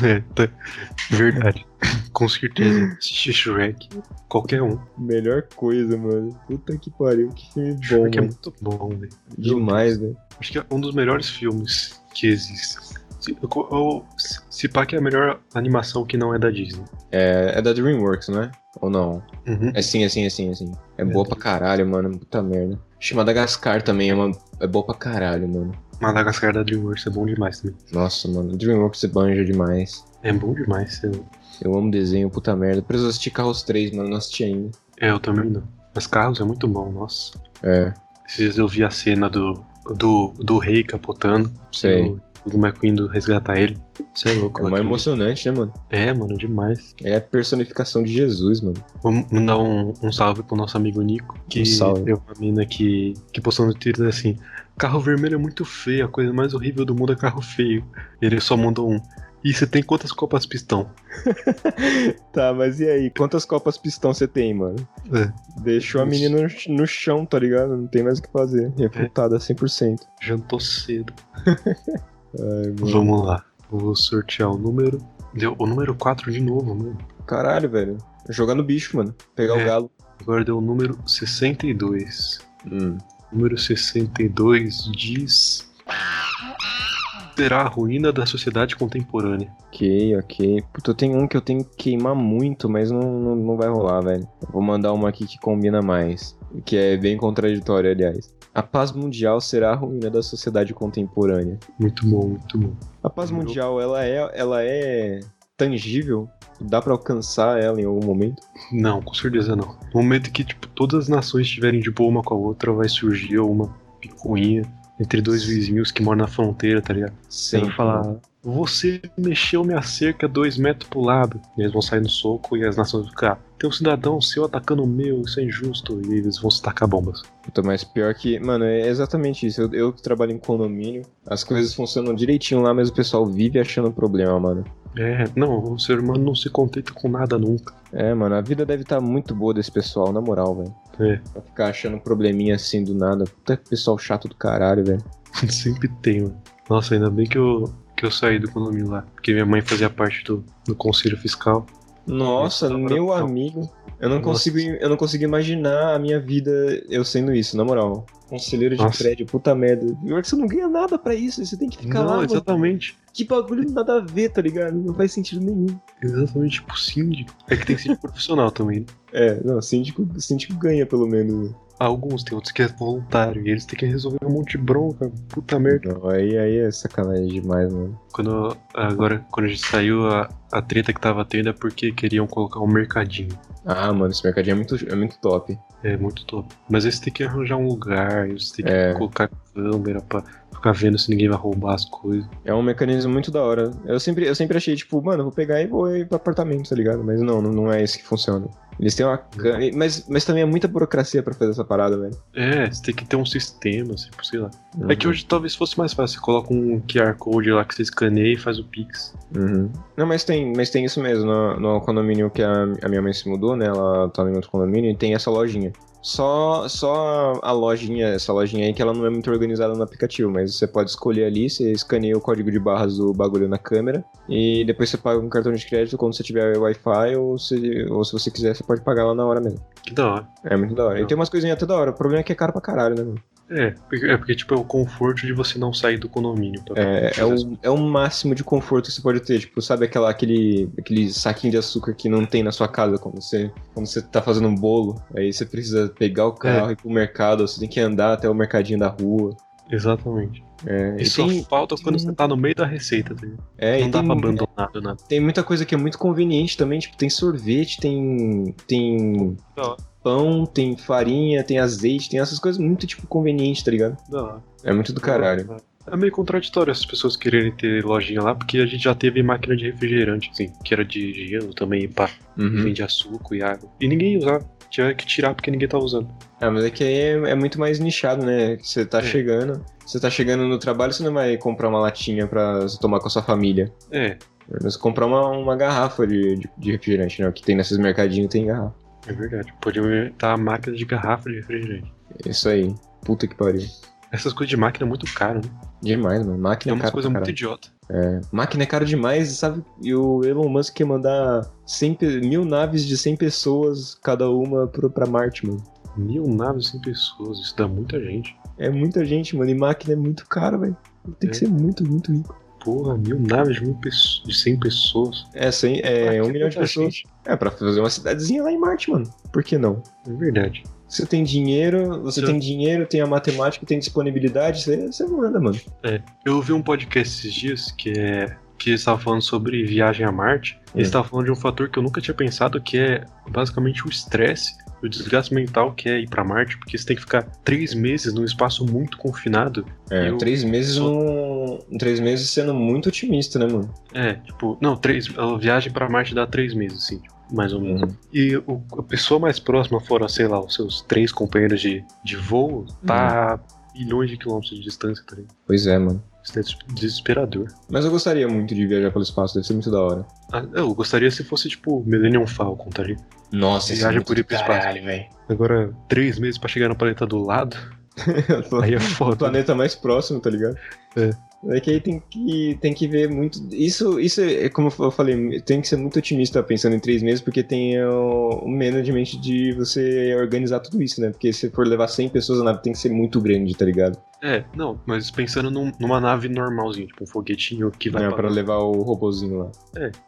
É, tá. Verdade. Com certeza. Assistir Shrek, qualquer um. Melhor coisa, mano. Puta que pariu, que filme bom, Shrek é mano. muito bom, velho. Demais, velho. Acho que é um dos melhores filmes que existe. Se, eu- eu- se- se pá que é a melhor animação que não é da Disney. É, é da DreamWorks, né? Ou não? Uhum. É sim, é sim, é sim, é sim. É boa pra caralho, mano. Puta merda. Acho Madagascar também é uma. É boa pra caralho, mano. Madagascar da DreamWorks é bom demais também. Nossa, mano. Dreamworks e banja demais. É bom demais. Eu, Eu amo desenho, puta merda. Preciso assistir Carros 3, mano. Não assisti ainda. É, eu também não. Mas Carros é muito bom, nossa. É, Esses dias eu vi a cena do, do, do rei capotando. sei. Do, do McQueen indo resgatar ele. Isso é louco. É mais aquilo. emocionante, né, mano? É, mano, demais. É a personificação de Jesus, mano. Vamos mandar um, um salve pro nosso amigo Nico, que Um salve. deu uma mina que, que postou no Twitter assim: carro vermelho é muito feio, a coisa mais horrível do mundo é carro feio. Ele só mandou um. E você tem quantas copas pistão? Tá, mas e aí? Quantas copas pistão você tem, mano? É. Deixou a menina no, no chão, tá ligado? Não tem mais o que fazer. É. Refutada 100%. Jantou cedo. Ai, mano. Vamos lá. Vou sortear o número. Deu o número 4 de novo, né? mano. Caralho, velho. Jogar no bicho, mano. Pegar É. o galo. Agora deu o número 62. Hum. Número 62 diz. Será a ruína da sociedade contemporânea. Ok, ok. Puta, eu tenho um que eu tenho que queimar muito, mas não, não, não vai rolar, velho. Eu Vou mandar uma aqui que combina mais. Que é bem contraditório, aliás. A paz mundial será a ruína da sociedade contemporânea. Muito bom, muito bom. A paz Entendeu? mundial, ela é, ela é tangível? Dá pra alcançar ela em algum momento? Não, com certeza não. No momento que tipo, todas as nações estiverem de boa uma com a outra, vai surgir uma picuinha entre dois vizinhos que moram na fronteira, tá ligado? Sim. Eles vão falar, você mexeu minha cerca dois metros pro lado. E eles vão sair no soco e as nações vão ficar, tem um cidadão seu atacando o meu, isso é injusto. E eles vão se tacar bombas. Puta, mas pior que. Mano, é exatamente isso. Eu, eu que trabalho em condomínio, as coisas funcionam direitinho lá, mas o pessoal vive achando problema, mano. É, não, o ser humano não se contenta com nada nunca. É, mano, a vida deve estar muito boa desse pessoal, na moral, velho. É. Pra ficar achando probleminha assim do nada. Puta que pessoal chato do caralho, velho. Sempre tem, mano. Nossa, ainda bem que eu, que eu saí do condomínio lá. Porque minha mãe fazia parte do, do conselho fiscal. Nossa, Nossa, meu cara, amigo. Eu não, Nossa. consigo, eu não consigo imaginar a minha vida eu sendo isso, na moral. Conselheiro de Nossa. prédio, puta merda. Pior que você não ganha nada pra isso, você tem que ficar não, lá, mano. exatamente. Que bagulho nada a ver, tá ligado? Não faz sentido nenhum. Exatamente, tipo síndico. É que tem que ser profissional também. né? É, não, síndico, síndico ganha pelo menos. Alguns, tem outros que é voluntário. E eles têm que resolver um monte de bronca. Puta merda. Não, aí, aí é sacanagem demais, mano. Quando, agora, quando a gente saiu, a, a treta que tava tendo é porque queriam colocar um mercadinho. Ah, mano, esse mercadinho é muito, é muito top. É muito top. Mas aí você tem que arranjar um lugar, aí você tem que É. colocar câmera pra ficar vendo se ninguém vai roubar as coisas. É um mecanismo muito da hora. Eu sempre, eu sempre achei, tipo, mano, vou pegar e vou ir pro apartamento, tá ligado? Mas não, não, não é isso que funciona. Eles têm uma. ca- Mas, mas também é muita burocracia pra fazer essa parada, velho. É, você tem que ter um sistema, assim, sei lá. É Uhum. que hoje talvez fosse mais fácil. Você coloca um QR Code lá que você escaneia e faz o Pix. Uhum. Não, mas tem, mas tem isso mesmo. No, no condomínio que a, a minha mãe se mudou, né? Ela tá em outro condomínio e tem essa lojinha. Só, só a lojinha, essa lojinha aí que ela não é muito organizada no aplicativo, mas você pode escolher ali, você escaneia o código de barras do bagulho na câmera e depois você paga com cartão de crédito quando você tiver Wi-Fi ou se, ou se você quiser, você pode pagar lá na hora mesmo. Que da hora. É muito da hora. E tem umas coisinhas até da hora. O problema é que é caro pra caralho, né? mano? É, porque, é porque, tipo, é o conforto de você não sair do condomínio. Tá? É, é, o, é o máximo de conforto que você pode ter. Tipo, sabe aquela, aquele, aquele saquinho de açúcar que não tem na sua casa quando você, quando você tá fazendo um bolo? Aí você precisa pegar o É. carro e ir pro mercado, ou você tem que andar até o mercadinho da rua. Exatamente. É, E e só tem, falta quando tem você tá no meio da receita, tá? ligado? é, Não e dá tem- pra abandonar do nada. Tem muita coisa que é muito conveniente também, tipo, tem sorvete, tem. tem. Da hora. pão, tem farinha, tem azeite, tem essas coisas muito, tipo, conveniente, tá ligado? Da hora. É muito do caralho. É meio contraditório as pessoas quererem ter lojinha lá, porque a gente já teve máquina de refrigerante, assim, que era de gelo também, pá, que Uhum. vende açúcar e água. E ninguém usava. Tinha que tirar porque ninguém tá usando. Ah, mas é que aí é, é muito mais nichado, né? Que Você tá É. chegando, você tá chegando no trabalho, você não vai comprar uma latinha pra você tomar com a sua família. É, Você comprar uma, uma garrafa de, de, de refrigerante, né? O que tem nesses mercadinhos tem garrafa. é verdade. Podia estar a máquina de garrafa de refrigerante. É Isso aí. Puta que pariu. Essas coisas de máquina é muito caro, né? Demais, mano. É Máquina é, uma cara coisa pra muito caralho. idiota. Máquina é cara demais, sabe? E o Elon Musk quer mandar 100 pe- mil naves de 100 pessoas, cada uma, pro- pra Marte, mano. Mil naves sem pessoas, isso dá muita gente. É muita gente, mano. E máquina é muito caro, velho. Tem que É. ser muito, muito rico. Porra, mil naves de, mil pesso- de 100 pessoas. É, cem, Pra é que um milhão de tanta pessoas. gente? É, pra fazer uma cidadezinha lá em Marte, mano. Por que não? É verdade. Você tem dinheiro, você Já- tem dinheiro, tem a matemática, tem disponibilidade, você, você manda, mano. Eu ouvi um podcast esses dias que é que eles estavam falando sobre viagem a Marte. E Eles Hum. estavam falando de um fator que eu nunca tinha pensado, que é basicamente o estresse, o desgaste mental que é ir pra Marte, porque você tem que ficar três meses num espaço muito confinado. É, Eu- três meses sou- num- em Três meses sendo muito otimista, né, mano? É, tipo, não, três, a viagem pra Marte dá três meses, assim, tipo, mais ou Uhum. menos. E o- a pessoa mais próxima fora, sei lá, os seus três companheiros de, de voo, tá a milhões de quilômetros de distância, tá ligado? Pois é, mano. Isso é desesperador. Mas eu gostaria muito de viajar pelo espaço, deve ser muito da hora. Ah, Eu gostaria se fosse, tipo, Millennium Falcon, tá ligado? Nossa, isso é Viagem muito por ir pro do espaço. velho. Agora, três meses pra chegar no planeta do lado, aí é o foda. planeta mais próximo, tá ligado? É. que aí tem que, tem que ver muito. Isso, isso é como eu falei, tem que ser muito otimista pensando em três meses, porque tem o, o management de você organizar tudo isso, né? Porque se for levar 100 pessoas, a nave tem que ser muito grande, tá ligado? É, não, mas pensando num- numa nave normalzinha, tipo um foguetinho que vai Não é pra- pra levar o robozinho lá.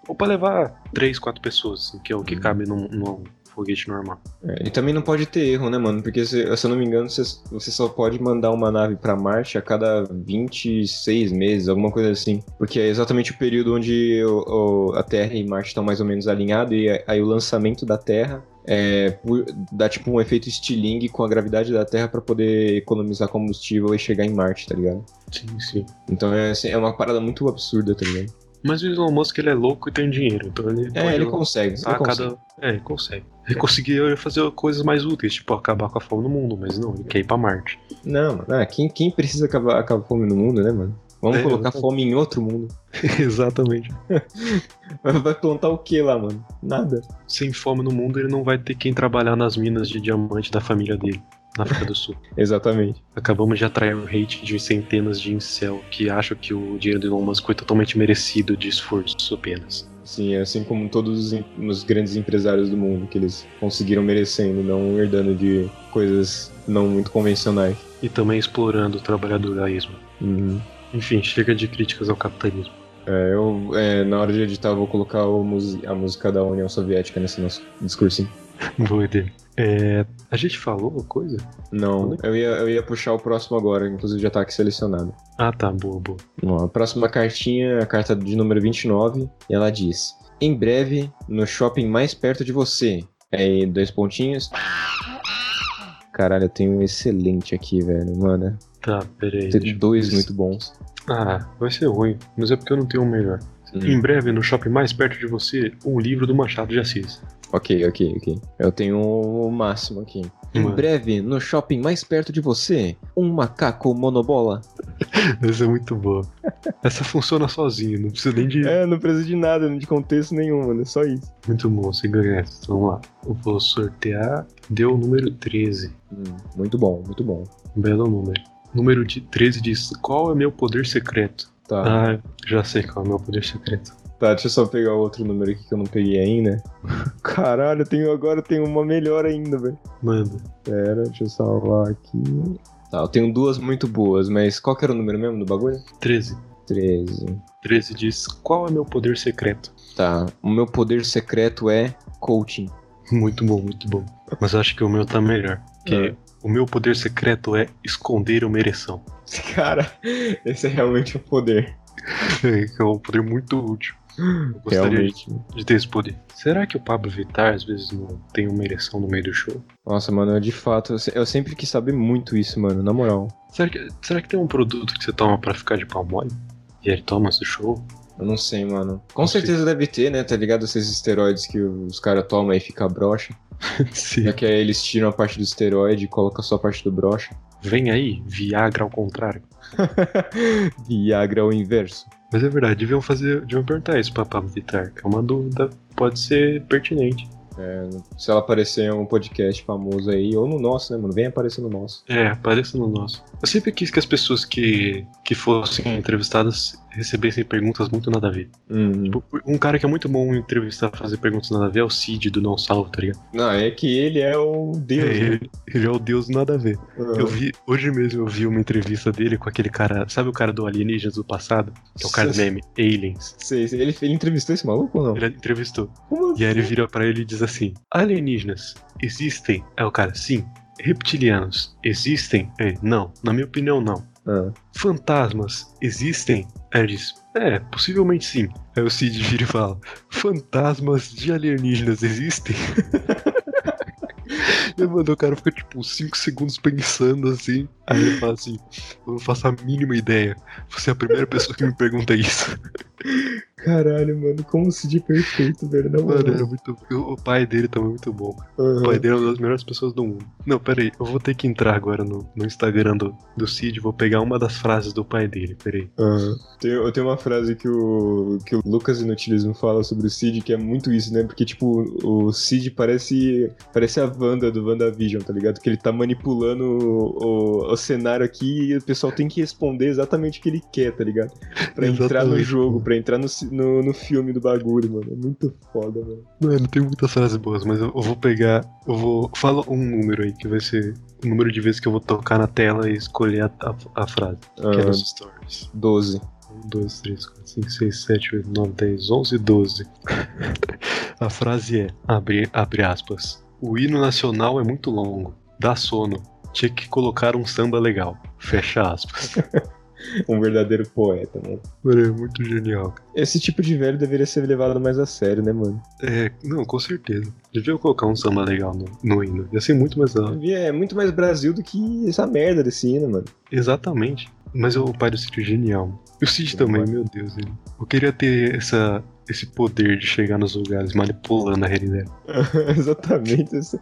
Ou pra levar três, quatro pessoas, assim, que é o Hum. que cabe num, num foguete normal. É, e também não pode ter erro, né, mano? Porque se, se eu não me engano, você, você só pode mandar uma nave pra Marte a cada 26 meses, alguma coisa assim. Porque é exatamente o período onde o- o- a Terra e Marte estão mais ou menos alinhados, e aí o lançamento da Terra é, pu- dá tipo um efeito estilingue com a gravidade da Terra pra poder economizar combustível e chegar em Marte, tá ligado? Sim, sim. Então é, assim, é uma parada muito absurda, tá ligado? Mas o Elon Musk ele é louco e tem dinheiro, então ele É, ele consegue. Ele Ah, consegue. cada... É, ele consegue. Ele conseguiria fazer coisas mais úteis, tipo acabar com a fome no mundo, mas não, ele quer ir pra Marte. Não, mano, ah, quem, quem precisa acabar, acabar com fome no mundo, né, mano? Vamos É, colocar exatamente. fome em outro mundo. Exatamente. Vai vai plantar o que lá, mano? Nada. Sem fome no mundo, ele não vai ter quem trabalhar nas minas de diamante da família dele, na África do Sul. Exatamente. Acabamos de atrair um hate de centenas de incel que acham que o dinheiro do Elon Musk foi totalmente merecido de esforço apenas. Sim, assim como todos os, em- os grandes empresários do mundo que eles conseguiram merecendo, não herdando de coisas não muito convencionais. E também explorando o trabalhadorismo. Uhum. Enfim, chega de críticas ao capitalismo. É, eu, é, na hora de editar, eu vou colocar o musi- a música da União Soviética nesse nosso discursinho. Boa ideia. É, a gente falou coisa? Não, eu ia, eu ia puxar o próximo agora, inclusive já tá aqui selecionado. Ah, tá, boa, boa. Ó, a próxima cartinha, é a carta de número 29, e ela diz: Em breve, no shopping mais perto de você. É Aí, dois pontinhos. Caralho, eu tenho um excelente aqui, velho. Mano, Tá, peraí. deixa tem eu- dois muito bons. Ah, vai ser ruim, mas é porque eu não tenho um melhor. Hum. Em breve, no shopping mais perto de você, um livro do Machado de Assis. Ok, ok, ok. Eu tenho o máximo aqui. Em Mano. breve, no shopping mais perto de você, um macaco monobola. Essa é muito boa. Essa funciona sozinha, não precisa nem de. É, não precisa de nada, de contexto nenhum, mano. É só isso. Muito bom, você ganha essa. Vamos lá. Eu vou sortear. Deu o número 13. Hum, muito bom, muito bom. Um belo número. Número de 13 diz: Qual é meu poder secreto? Tá, Ah, já sei qual é meu poder secreto. tá, deixa eu só pegar outro número aqui que eu não peguei ainda. Caralho, eu tenho agora eu tenho uma melhor ainda, velho. Mano, Pera, deixa eu salvar aqui. Tá, eu tenho duas muito boas, mas qual que era o número mesmo do bagulho? 13. 13. 13 diz: Qual é meu poder secreto? Tá, o meu poder secreto é coaching. Muito bom, muito bom. Mas acho que o meu tá melhor. Que É. o meu poder secreto é esconder uma ereção. Cara, esse é realmente um poder. que é um poder muito útil. Eu gostaria Realmente. de ter esse poder. Será que o Pablo Vittar às vezes não tem uma ereção no meio do show? Nossa, mano, eu de fato, eu se- eu sempre quis saber muito isso, mano, na moral. Será que, será que tem um produto que você toma pra ficar de pau mole? E ele toma antes do show? Eu não sei, mano. Com Não sei. certeza deve ter, né? Tá ligado? Esses esteroides que os caras tomam e fica broxa. Sim. Já que aí eles tiram a parte do esteroide e colocam só a parte do broxa. Vem aí, Viagra ao contrário. Viagra é o inverso. Mas é verdade, deviam fazer. Deviam perguntar isso pra Pablo Vittar, que é uma dúvida, pode ser pertinente. Se ela aparecer em um podcast famoso aí, ou no nosso, né, mano? Vem aparecer no nosso. É, apareça no nosso. Eu sempre quis que as pessoas que, que fossem entrevistadas recebessem perguntas muito nada a ver. Uhum. Tipo, Um cara que é muito bom em entrevistar, fazer perguntas nada a ver é o Cid do Não Salvo, tá ligado? Não, é que ele é o Deus. É, né? ele, ele é o Deus nada a ver. Ah, Eu vi, hoje mesmo eu vi uma entrevista dele com aquele cara, sabe o cara do Alienígenas do passado? Que é o cara do Sei, meme, Aliens. sei, sei. ele, ele entrevistou esse maluco ou não? Ele entrevistou. Como E aí ele vira pra ele e diz assim: Alienígenas existem? É o cara, sim. Reptilianos existem? É, não. Na minha opinião, não. Ah. Fantasmas existem? Aí ele diz: É, possivelmente sim. Aí o Cid vira e fala: Fantasmas de alienígenas existem? E, mano, o cara fica tipo 5 segundos pensando assim. Aí ele fala assim: Eu não faço a mínima ideia. Você é a primeira pessoa que me pergunta isso. Caralho, mano, como o Cid é perfeito, velho. Não, Mano, era muito. O o pai dele também é muito bom. O pai dele é uma das melhores pessoas do mundo. Não, peraí, eu vou ter que entrar agora no, no Instagram do, do Cid, vou pegar uma das frases do pai dele, peraí. Tem, eu tenho uma frase que o, que o Lucas Inutilismo fala sobre o Cid, que é muito isso, né? Porque, tipo, o Cid parece, parece a Wanda do WandaVision, tá ligado? Que ele tá manipulando o, o- o cenário aqui e o pessoal tem que responder exatamente o que ele quer, tá ligado? Pra entrar no Exatamente. jogo, pra entrar no, ci- no, no filme do bagulho, mano. É muito foda, mano. Mano, tem muitas frases boas, mas eu, eu vou pegar. Eu vou. Fala um número aí, que vai ser o número de vezes que eu vou tocar na tela e escolher a, a, a frase. Que é Ah, nos stories. 12. 1, 2, 3, 4, 5, 6, 7, 8, 9, 10, 11, 12. a frase é: abre, abre aspas. O hino nacional é muito longo, dá sono. Tinha que colocar um samba legal. Fecha aspas. um verdadeiro poeta, né? Mano, é muito genial. cara. Esse tipo de velho deveria ser levado mais a sério, né, mano? É, não, com certeza. Devia colocar um samba legal no, no hino. Ia ser muito mais da hora. É muito mais Brasil do que essa merda desse hino, mano. Exatamente. Mas o pai do Cid é genial. E o Cid também, meu Deus. Ele. Eu queria ter essa, esse poder de chegar nos lugares manipulando a realidade. Exatamente. isso.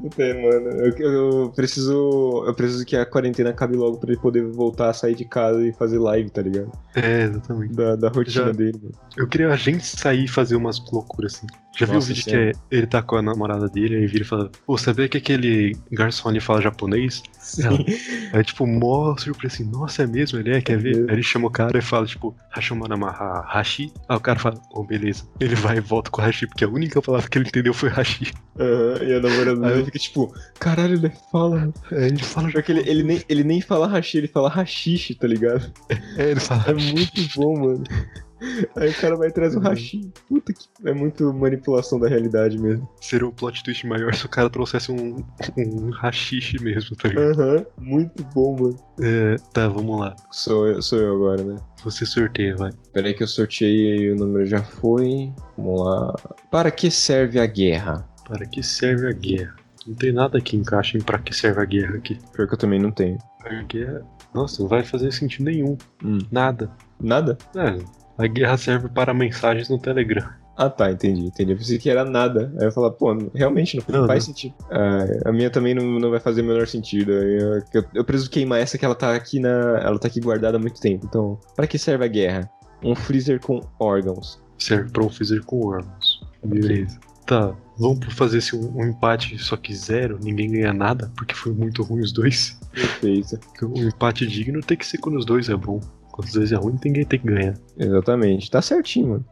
Puta, é, mano. Eu, eu preciso. Eu preciso que a quarentena acabe logo pra ele poder voltar a sair de casa e fazer live, tá ligado? É, exatamente. Da, da rotina Já- dele, mano. Eu queria a gente sair e fazer umas loucuras assim. Já viu o Nossa vídeo que Senhora. é- ele tá com a namorada dele aí vira e fala: Pô, sabia que aquele garçom ali fala japonês? Sim. Aí, tipo, mó surpresa assim: Nossa, é mesmo? Ele é? Quer ver? mesmo. Aí ele chama o cara e fala: Tipo, Hashomanamaha Hashi. Aí o cara fala: Oh, beleza. Ele vai e volta com Hashi, porque a única palavra que ele entendeu foi Hashi. Aham, E a namorada Aí dele eu- fica tipo, caralho, ele fala. Aí É, ele fala: Pior que ele, ele, nem, ele nem fala hashi, ele fala hashish, tá ligado? É, ele fala. É muito bom, mano. Uhum. Aí o cara vai atrás do hashi. Puta que. É muito manipulação da realidade mesmo. Seria um plot twist maior se o cara trouxesse um, um rachixe mesmo, tá ligado? Aham, muito bom, mano. É, tá, vamos lá. Sou eu, sou eu agora, né? Você sorteia, vai. Pera aí que eu sorteei e o número já foi. Vamos lá. Para que serve a guerra? Para que serve a guerra? Não tem nada que encaixe em pra que serve a guerra aqui. Pior que eu também não tenho. A guerra. Nossa, não vai fazer sentido nenhum. Hum. Nada. Nada? É, a guerra serve para mensagens no Telegram. Ah tá, entendi, entendi. Eu pensei que era nada. Aí eu falar, pô, realmente não, Não, faz sentido. Ah, a minha também não, não vai fazer o menor sentido. Eu, eu, eu preciso queimar essa que ela tá aqui na. Ela tá aqui guardada há muito tempo. Então, para que serve a guerra? Um freezer com órgãos. Serve para um freezer com órgãos. Beleza. Tá, vamos fazer esse um, um empate só que zero, ninguém ganha nada, porque foi muito ruim os dois. Perfeito. Porque um empate digno tem que ser quando os dois é bom. Quando os dois é ruim, ninguém tem que ganhar. Exatamente. Tá certinho, mano.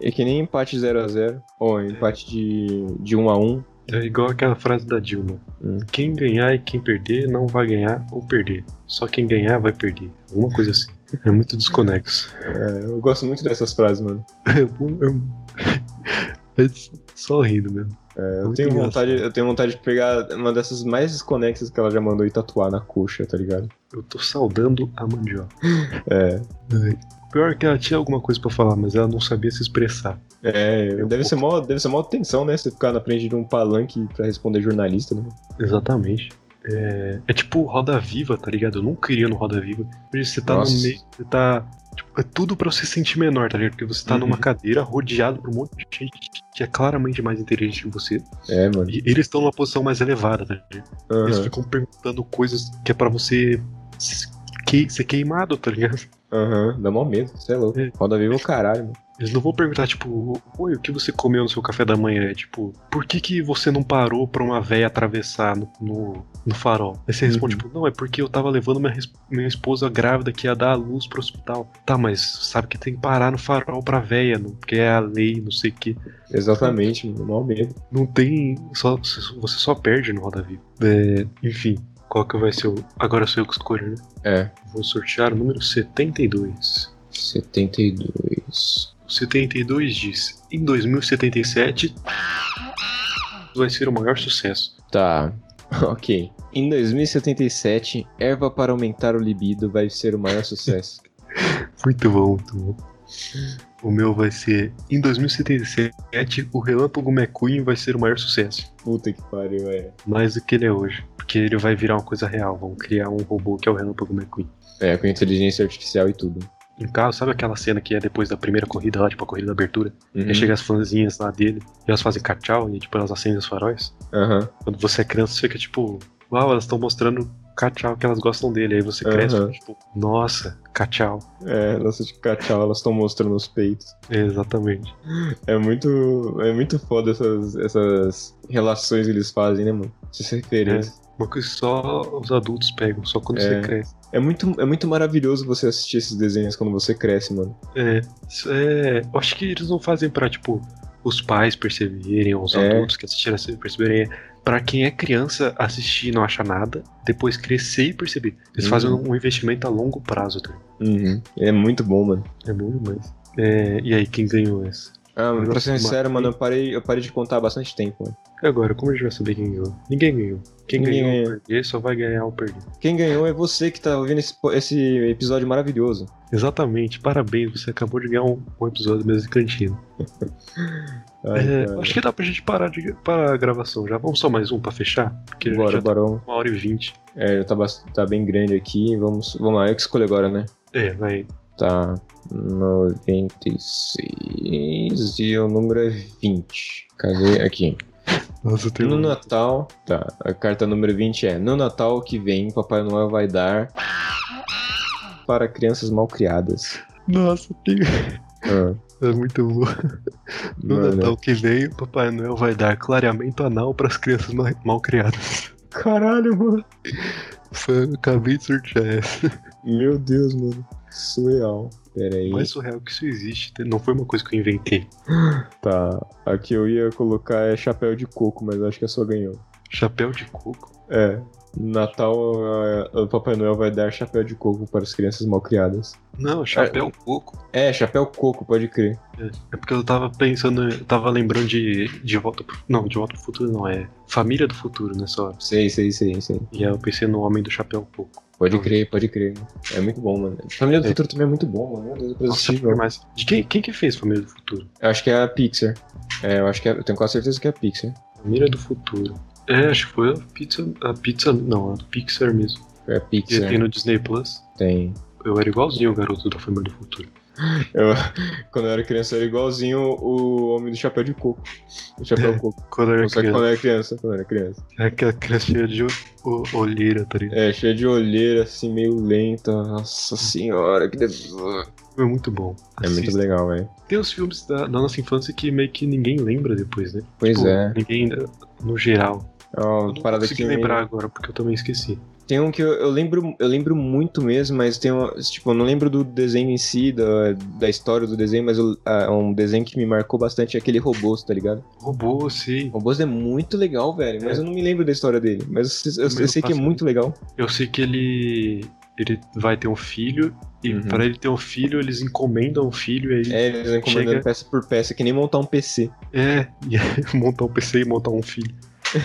É, que nem empate 0x0. Ou empate de, de 1x1. É igual aquela frase da Dilma. Hum. Quem ganhar e quem perder não vai ganhar ou perder. Só quem ganhar vai perder. Alguma coisa assim. É muito desconexo. É, eu gosto muito dessas frases, mano. É, bom- é um- é só rindo mesmo. É, eu, Muito tenho engraçado. vontade, eu tenho vontade de pegar uma dessas mais desconexas que ela já mandou e tatuar na coxa, tá ligado? Eu tô saudando a mandioca. É. Ai. O Pior é que ela tinha alguma coisa pra falar, mas ela não sabia se expressar. É, Eu- deve ser, mó, deve ser mó tensão, né? Você ficar na frente de um palanque pra responder jornalista, né? Exatamente. É, é tipo Roda Viva, tá ligado? Eu não queria no Roda Viva. Porque você tá Nossa. no meio, você tá. tipo, é tudo pra você se sentir menor, tá ligado? Porque você tá Uhum. numa cadeira rodeado por um monte de gente que é claramente mais inteligente que você. É, mano. E eles estão numa posição mais elevada, tá ligado? Aham, Eles ficam perguntando coisas que é pra você se- que- ser queimado, tá ligado? aham, dá mó medo, você é louco. É. Roda viva é o caralho, mano. Eles não vão perguntar, tipo, oi, o que você comeu no seu café da manhã? É tipo, por que, que você não parou pra uma véia atravessar no, no, no farol? Aí você responde, Uhum. tipo, não, é porque eu tava levando minha, res- minha esposa grávida que ia dar a luz pro hospital. Tá, mas sabe que tem que parar no farol pra véia, não, porque é a lei, não sei o que. Exatamente, mano, mó medo. Não tem. Só, você só perde no Roda Viva. É, enfim, qual que vai ser o. Agora sou eu que escolho, né? É, Vou sortear o número 72. 72. O 72 diz: em 2077 vai ser o maior sucesso. Tá, ok. Em 2077, erva para aumentar o libido vai ser o maior sucesso. Muito bom, muito bom. O meu vai ser: em 2077 o Relâmpago McQueen vai ser o maior sucesso. Puta que pariu, é. Mais do que ele é hoje. Porque ele vai virar uma coisa real. Vão criar um robô que é o Relâmpago McQueen. É, com inteligência artificial e tudo. Em caso, sabe aquela cena que é depois da primeira corrida lá, tipo a corrida da abertura? Uhum. Aí chega as fãzinhas lá dele e elas fazem cachau e tipo elas acendem os faróis? Aham. quando você é criança, você fica tipo, uau, elas estão mostrando cachau que elas gostam dele. Aí você cresce, Aham. fica, tipo, nossa, cachau. É, nossas cachau, elas estão mostrando os peitos. Exatamente. É muito, é muito foda essas, essas relações que eles fazem, né, mano? Essas referências. Uma coisa que só os adultos pegam, só quando É. você cresce. É. muito, é muito maravilhoso você assistir esses desenhos quando você cresce, mano. É, isso é, eu acho que eles não fazem pra, tipo, os pais perceberem, ou os É. adultos que assistiram assim perceberem. É Pra quem é criança assistir e não achar nada, depois crescer e perceber. Eles Uhum. fazem um investimento a longo prazo. Tá? Uhum. É muito bom, mano. É bom demais. É, e aí, quem ganhou essa? Ah, mas pra ser Mas- sincero, mano, eu parei, eu parei de contar há bastante tempo. Mano. E agora, como a gente vai saber quem ganhou? Ninguém ganhou. Quem Ninguém ganhou ganhou. ou perder só vai ganhar ou perder. Quem ganhou é você que tá ouvindo esse, po- esse episódio maravilhoso. Exatamente, parabéns, você acabou de ganhar um, um episódio mesmo de cantina. É, cara. acho que dá pra gente parar, de, parar a gravação já. Vamos só mais um pra fechar? Porque Bora, já tá Barão. uma hora e vinte. É, já tá, bas- tá bem grande aqui. Vamos, vamos lá, eu que escolho agora, né? É, vai. Tá. 96 e o número é 20. Cadê? Aqui. Nossa, tem No um... Natal. Tá, a carta número 20 é: No Natal que vem, Papai Noel vai dar. Para crianças mal criadas. Nossa, tem... um- Ah, é muito bom. No mano, Natal que vem, o Papai Noel vai dar clareamento anal pras crianças mal, mal criadas. Caralho, mano. Foi, eu acabei de sortear essa. Meu Deus, mano. Surreal. Pera aí. Mais surreal que isso existe. né? Não foi uma coisa que eu inventei. Tá. A que eu ia colocar é chapéu de coco, mas acho que a sua ganhou. Chapéu de coco. É. Natal, eh, o Papai Noel vai dar chapéu de coco para as crianças mal criadas. Não, chapéu coco. É, chapéu coco, pode crer. É porque eu tava pensando, eu tava lembrando de De Volta pro, não, De Volta pro Futuro não, é Família do Futuro nessa hora. Sei, sei, sei, sei. E aí eu pensei no Homem do Chapéu um Coco. Pode crer, pode crer. É muito bom, mano. Família do É. Futuro também é muito bom, mano. Meu Deus, é Nossa, imprescindível. mas de quem, quem que fez Família do Futuro? Eu acho que é a Pixar. É, eu acho que é, eu tenho quase certeza que é a Pixar. Família do Futuro. É, acho que foi a Pizza, a Pizza, não, a Pixar mesmo. É a Que Pixar. tem no Disney Plus. Tem. Eu era igualzinho o garoto da Família do Futuro. Eu- quando eu era criança, eu era igualzinho o homem do chapéu de coco. O chapéu coco. Quando eu era Só que quando criança, eu era criança, quando eu era criança. é aquela criança cheia de o- olheira, tá ligado? É, cheia de olheira, assim, meio lenta. Nossa senhora, que deus. Foi muito bom. É muito Assista. legal, velho. Tem os filmes da, da nossa infância que meio que ninguém lembra depois, né? Pois Tipo, é. Ninguém, no geral. É Eu uma não parada consegui que. lembrar agora, porque eu também esqueci. Tem um que eu, eu lembro, eu lembro muito mesmo, mas tem um, tipo, eu não lembro do desenho em si, da, da história do desenho, mas eu- ah, é um desenho que me marcou bastante é aquele robôs, tá ligado? Robô, sei. O robôs é muito legal, velho, mas É. eu não me lembro da história dele, mas eu, eu- eu Também não sei que é faço muito legal. Eu sei que ele. Ele vai ter um filho, e Uhum. pra ele ter um filho, eles encomendam um filho e aí. É, eles vão encomendando Chega- peça por peça, que nem montar um PC. É, e aí montar um PC e montar um filho.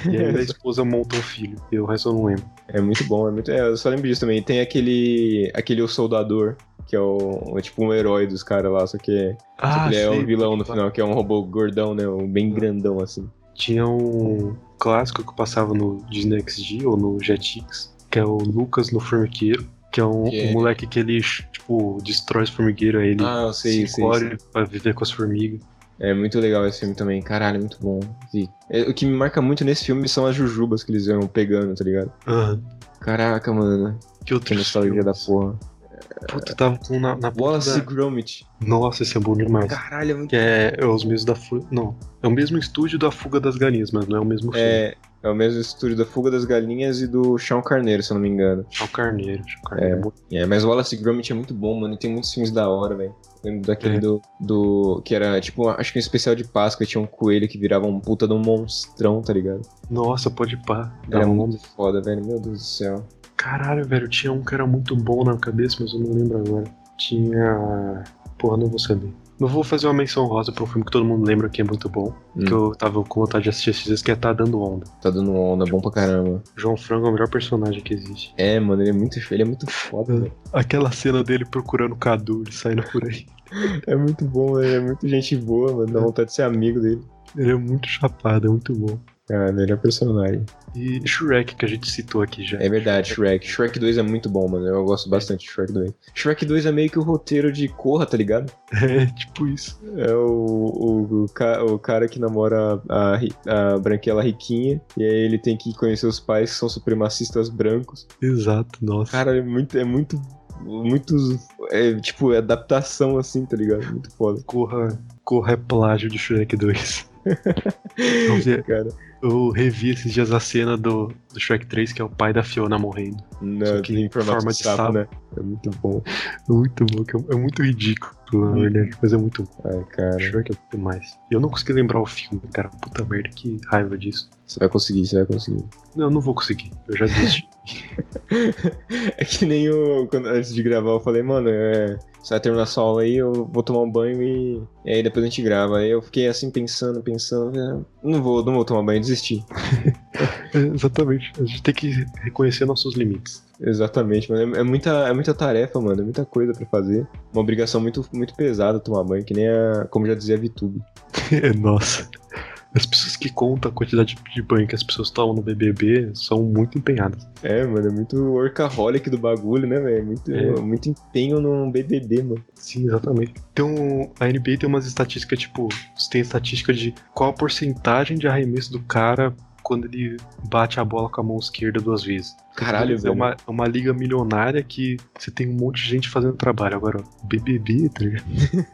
E aí a esposa monta um filho. Eu o resto eu não lembro. É muito bom, é muito. É, eu só lembro disso também. Tem aquele. aquele o soldador, que é o, é tipo um herói dos caras lá, só que só que ele é Ah, sei. Uhum. um vilão no final, que é um robô gordão, né? Um bem grandão assim. Tinha um clássico que passava no Disney XD ou no Jetix, que é o Lucas no Formigueiro, que é um, Que- um moleque que ele, tipo, destrói os formigueiros, aí ele Ah, eu sei, se sei, sei. encolhe pra viver com as formigas. É muito legal esse filme também, caralho, é muito bom. E, é, o que me marca muito nesse filme são as jujubas que eles iam pegando, tá ligado? Aham. Caraca, mano, Que que outro nostalgia filme? da porra. Puta, eu tava com um na, na ponta Wallace e da- Gromit. Nossa, esse é bom demais. Caralho, é muito... Que é, é os mesmos da Fuga. Não, é o mesmo estúdio da Fuga das Galinhas, mas não é o mesmo filme. É, é o mesmo estúdio da Fuga das Galinhas e do Chão Carneiro, se eu não me engano. É o Carneiro. É o Carneiro. é bom. É, mas Wallace e Gromit é muito bom, mano, e tem muitos filmes da hora, velho. Lembro daquele É. do, do... que era, tipo, acho que um especial de Páscoa, tinha um coelho que virava um puta de um monstrão, tá ligado? Nossa, pode pá. Dá Era um muito nome. foda, velho, meu Deus do céu. Caralho, velho, tinha um que era muito bom na cabeça, mas eu não lembro agora. Tinha. Porra, não vou saber. Não vou fazer uma menção rosa pra um filme que todo mundo lembra que é muito bom. Hum. Que eu tava com vontade de assistir esses dias, que é Tá Dando Onda. Tá dando onda, bom pra caramba. João Frango é o melhor personagem que existe. É, mano, ele é muito, ele é muito foda, velho. Aquela cena dele procurando o Cadu, ele saindo por aí. É muito bom, ele é muito gente boa, mano. Dá vontade de ser amigo dele. Ele é muito chapado, é muito bom. Cara, ele é personagem. E Shrek, que a gente citou aqui já. É verdade, Shrek. Shrek 2 é muito bom, mano. Eu gosto bastante de Shrek 2. Shrek 2 é meio que o roteiro de Corra, tá ligado? É, tipo isso. É o, o, o ca- o cara que namora a, ri- a branquela riquinha. E aí ele tem que conhecer os pais que são supremacistas brancos. Exato, nossa. Cara, é muito. É muito. Muito. É, tipo, é adaptação assim, tá ligado? Muito foda. Corra, corra é plágio de Shrek 2. Eu vi- Cara. Eu revi esses dias a cena do, do Shrek 3, que é o pai da Fiona morrendo. Não, Só que tem formato forma de de sapo, sapo. né? É muito bom. É muito bom, que é, é muito ridículo, na verdade, mas é muito bom. Ai, Uhum. cara. Shrek é muito mais. Eu não consegui lembrar o filme, cara. Puta merda, que raiva disso. Você vai conseguir, você vai conseguir. Não, eu não vou conseguir. Eu já desisti. é que nem o. Quando, antes de gravar, eu falei, mano, é, você vai terminar sua aula aí, eu vou tomar um banho e, e aí depois a gente grava. Aí eu fiquei assim pensando, pensando, né, não vou, não vou tomar banho, desisti. É, Exatamente. A gente tem que reconhecer nossos limites. Exatamente, mano. É, é muita, é muita tarefa, mano. É muita coisa pra fazer. Uma obrigação muito, muito pesada tomar banho, que nem a. Como já dizia a VTube. Nossa. As pessoas que contam a quantidade de banho que as pessoas tomam no BBB são muito empenhadas. É, mano, é muito workaholic do bagulho, né, velho? Muito, É. muito empenho num BBB, mano. Sim, exatamente. Então, a NBA tem umas estatísticas, tipo, você tem estatística de qual a porcentagem de arremesso do cara quando ele bate a bola com a mão esquerda duas vezes. Caralho, Então, velho. é uma, é uma liga milionária que você tem um monte de gente fazendo trabalho. Agora, ó, BBB, tá ligado?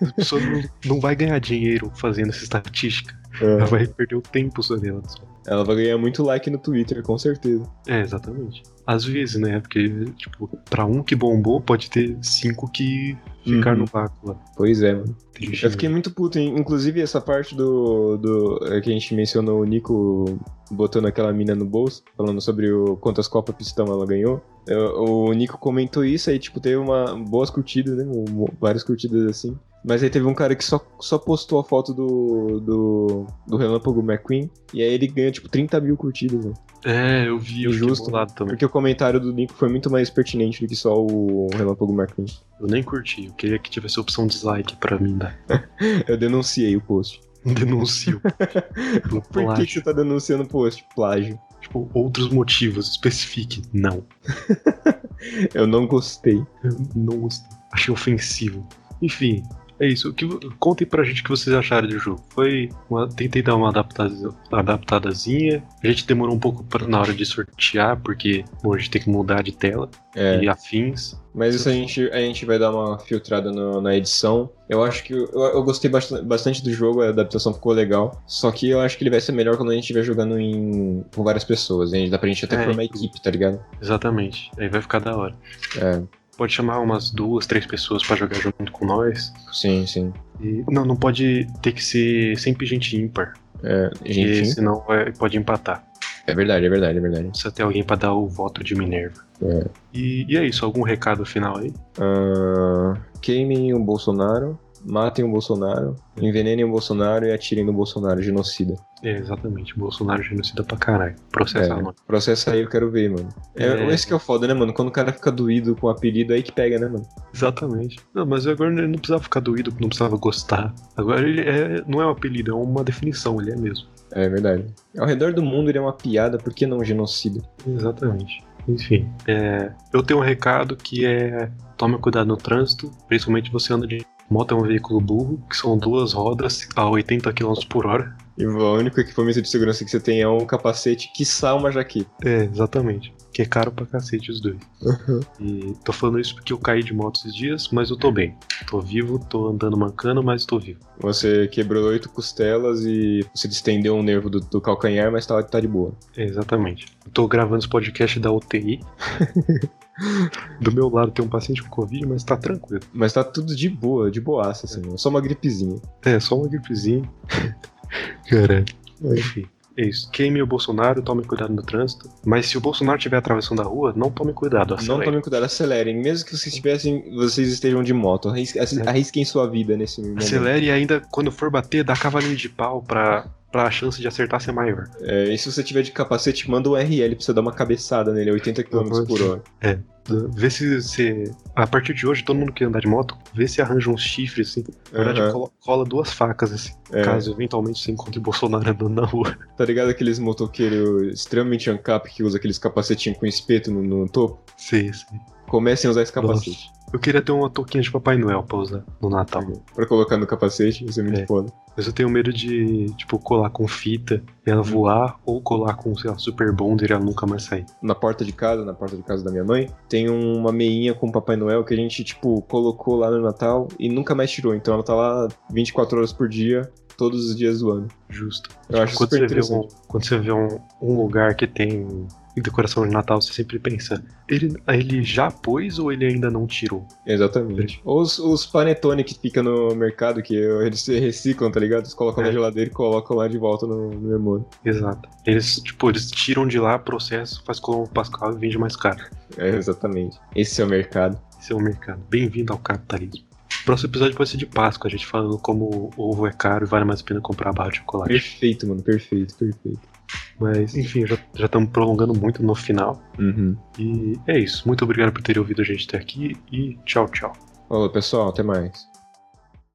A pessoa não, não vai ganhar dinheiro fazendo essa estatística. É. Ela vai perder o tempo só nela. Ela vai ganhar muito like no Twitter, com certeza. É, exatamente. Às vezes, né? Porque, tipo, pra um que bombou, pode ter cinco que ficaram Uhum. no vácuo lá. Pois é, mano. Tem gente- Eu fiquei muito puto, hein? inclusive essa parte do, do é, que a gente mencionou, o Nico botando aquela mina no bolso, falando sobre o quantas Copa Pistão ela ganhou. Eu- o Nico comentou isso aí, tipo, teve uma boas curtidas, né? Um- Várias curtidas assim. Mas aí teve um cara que só, só postou a foto do, do, do Relâmpago McQueen e aí ele ganhou, tipo, 30 mil curtidas, né? É, eu vi, eu Justo, Justo, lado também. Porque o comentário do Nico foi muito mais pertinente do que só o Relâmpago McQueen. Eu nem curti. Eu queria que tivesse a opção dislike pra mim, né? Eu denunciei o post. Denuncio. Pelo Por que, que você plágio. tá denunciando o post? Plágio. Tipo, outros motivos. Especifique. Não. Eu não gostei. Eu Não gostei. Achei ofensivo. Enfim, é isso. O Que, vo- contem pra gente o que vocês acharam do jogo. Foi. uma- tentei dar uma adapta- adaptadazinha. A gente demorou um pouco pra- na hora de sortear, porque bom, a gente tem que mudar de tela É, e afins. mas isso a gente, a gente vai dar uma filtrada no- na edição. Eu acho que eu, eu gostei bastante, bastante do jogo, a adaptação ficou legal. Só que eu acho que ele vai ser melhor quando a gente estiver jogando em, com várias pessoas. Hein? Dá pra gente até É, formar então. equipe, tá ligado? Exatamente. Aí vai ficar da hora. É. Pode chamar umas duas, três pessoas pra jogar junto com nós. Sim, sim. E- não, não pode ter que ser sempre gente ímpar, É, porque gente, senão vai- pode empatar. é verdade, é verdade, é verdade. Precisa ter alguém pra dar o voto de Minerva. É. E, e é isso, algum recado final aí? Ah, queimem o Bolsonaro, matem o Bolsonaro, envenenem o Bolsonaro e atirem no Bolsonaro, genocida. É, exatamente, Bolsonaro genocida pra caralho. Processar É. nós. Processo aí eu quero ver, mano. É, É. Esse que é o foda, né, mano? Quando o cara fica doído com o apelido aí que pega, né, mano? Exatamente. Não, mas agora ele não precisava ficar doído, não precisava gostar. Agora ele é, não é um apelido, é uma definição, ele é mesmo. É verdade. Ao redor do mundo ele é uma piada, por que não um genocida? Exatamente. Enfim, é, eu tenho um recado que é tome cuidado no trânsito, principalmente você anda de moto é um veículo burro, que são duas rodas a 80 km por hora. E o único equipamento de segurança que você tem é um capacete, quiçá uma jaqueta. É, exatamente. Que é caro pra cacete os dois. Uhum. E tô falando isso porque eu caí de moto esses dias, mas eu tô bem. Tô vivo, tô andando mancando, mas tô vivo. Você quebrou oito costelas e você distendeu um nervo do, do calcanhar, mas tá, tá de boa. É, exatamente. Eu tô gravando esse podcast da UTI. Do meu lado tem um paciente com Covid, mas tá tranquilo. Mas tá tudo de boa, de boaça, assim, mano. só uma gripezinha. É, só uma gripezinha. Caralho. É. Enfim, é isso. Queime o Bolsonaro, tome cuidado no trânsito. Mas se o Bolsonaro estiver atravessando a rua, não tome cuidado. Não acelere. tomem cuidado, acelerem. Mesmo que vocês estivessem, vocês estejam de moto. Arrisque- ace- É. Arrisquem sua vida nesse momento. Acelere e ainda, quando for bater, dá cavalinho de pau pra, pra a chance de acertar ser maior. É, e se você tiver de capacete, manda um RL pra você dar uma cabeçada nele, 80 km por hora. Vê se, se. A partir de hoje, todo mundo que andar de moto, vê se arranja uns chifres, assim. Na verdade, Aham. colo- cola duas facas, assim. É. Caso eventualmente você encontre Bolsonaro andando na rua. Tá ligado aqueles motoqueiros extremamente ancap que usa aqueles capacetinhos com espeto no, no topo? Sim, sim. Comecem a usar esse capacete. Eu queria ter uma touquinha de Papai Noel pra usar no Natal. Pra colocar no capacete, isso é muito É. foda. Mas eu tenho medo de, tipo, colar com fita e Hum. ela voar, ou colar com, sei lá, Super Bonder e ela nunca mais sair. Na porta de casa, na porta de casa da minha mãe, tem uma meinha com o Papai Noel que a gente, tipo, colocou lá no Natal e nunca mais tirou. Então ela tá lá 24 horas por dia, todos os dias do ano. Justo. Eu acho Tipo, quando você super vê um, interessante. quando você vê um, um lugar que tem em decoração de Natal, você sempre pensa, ele, ele já pôs ou ele ainda não tirou? Exatamente. Ou os, os panetone que fica no mercado, que eles se reciclam, tá ligado? Eles colocam É. na geladeira e colocam lá de volta no, no memória. Exato. Eles, tipo, eles tiram de lá, processo, faz Colombo Pascal e vende mais caro. É, exatamente. Esse é o mercado. Esse é o mercado. Bem-vindo ao capitalismo. O próximo episódio vai ser de Páscoa, a gente falando como o ovo é caro e vale mais a pena comprar a barra de chocolate. Perfeito, mano. Perfeito, perfeito. Mas, enfim, já já estamos prolongando muito no final. Uhum. E é isso. Muito obrigado por terem ouvido a gente até aqui e tchau, tchau. Falou, pessoal. Até mais.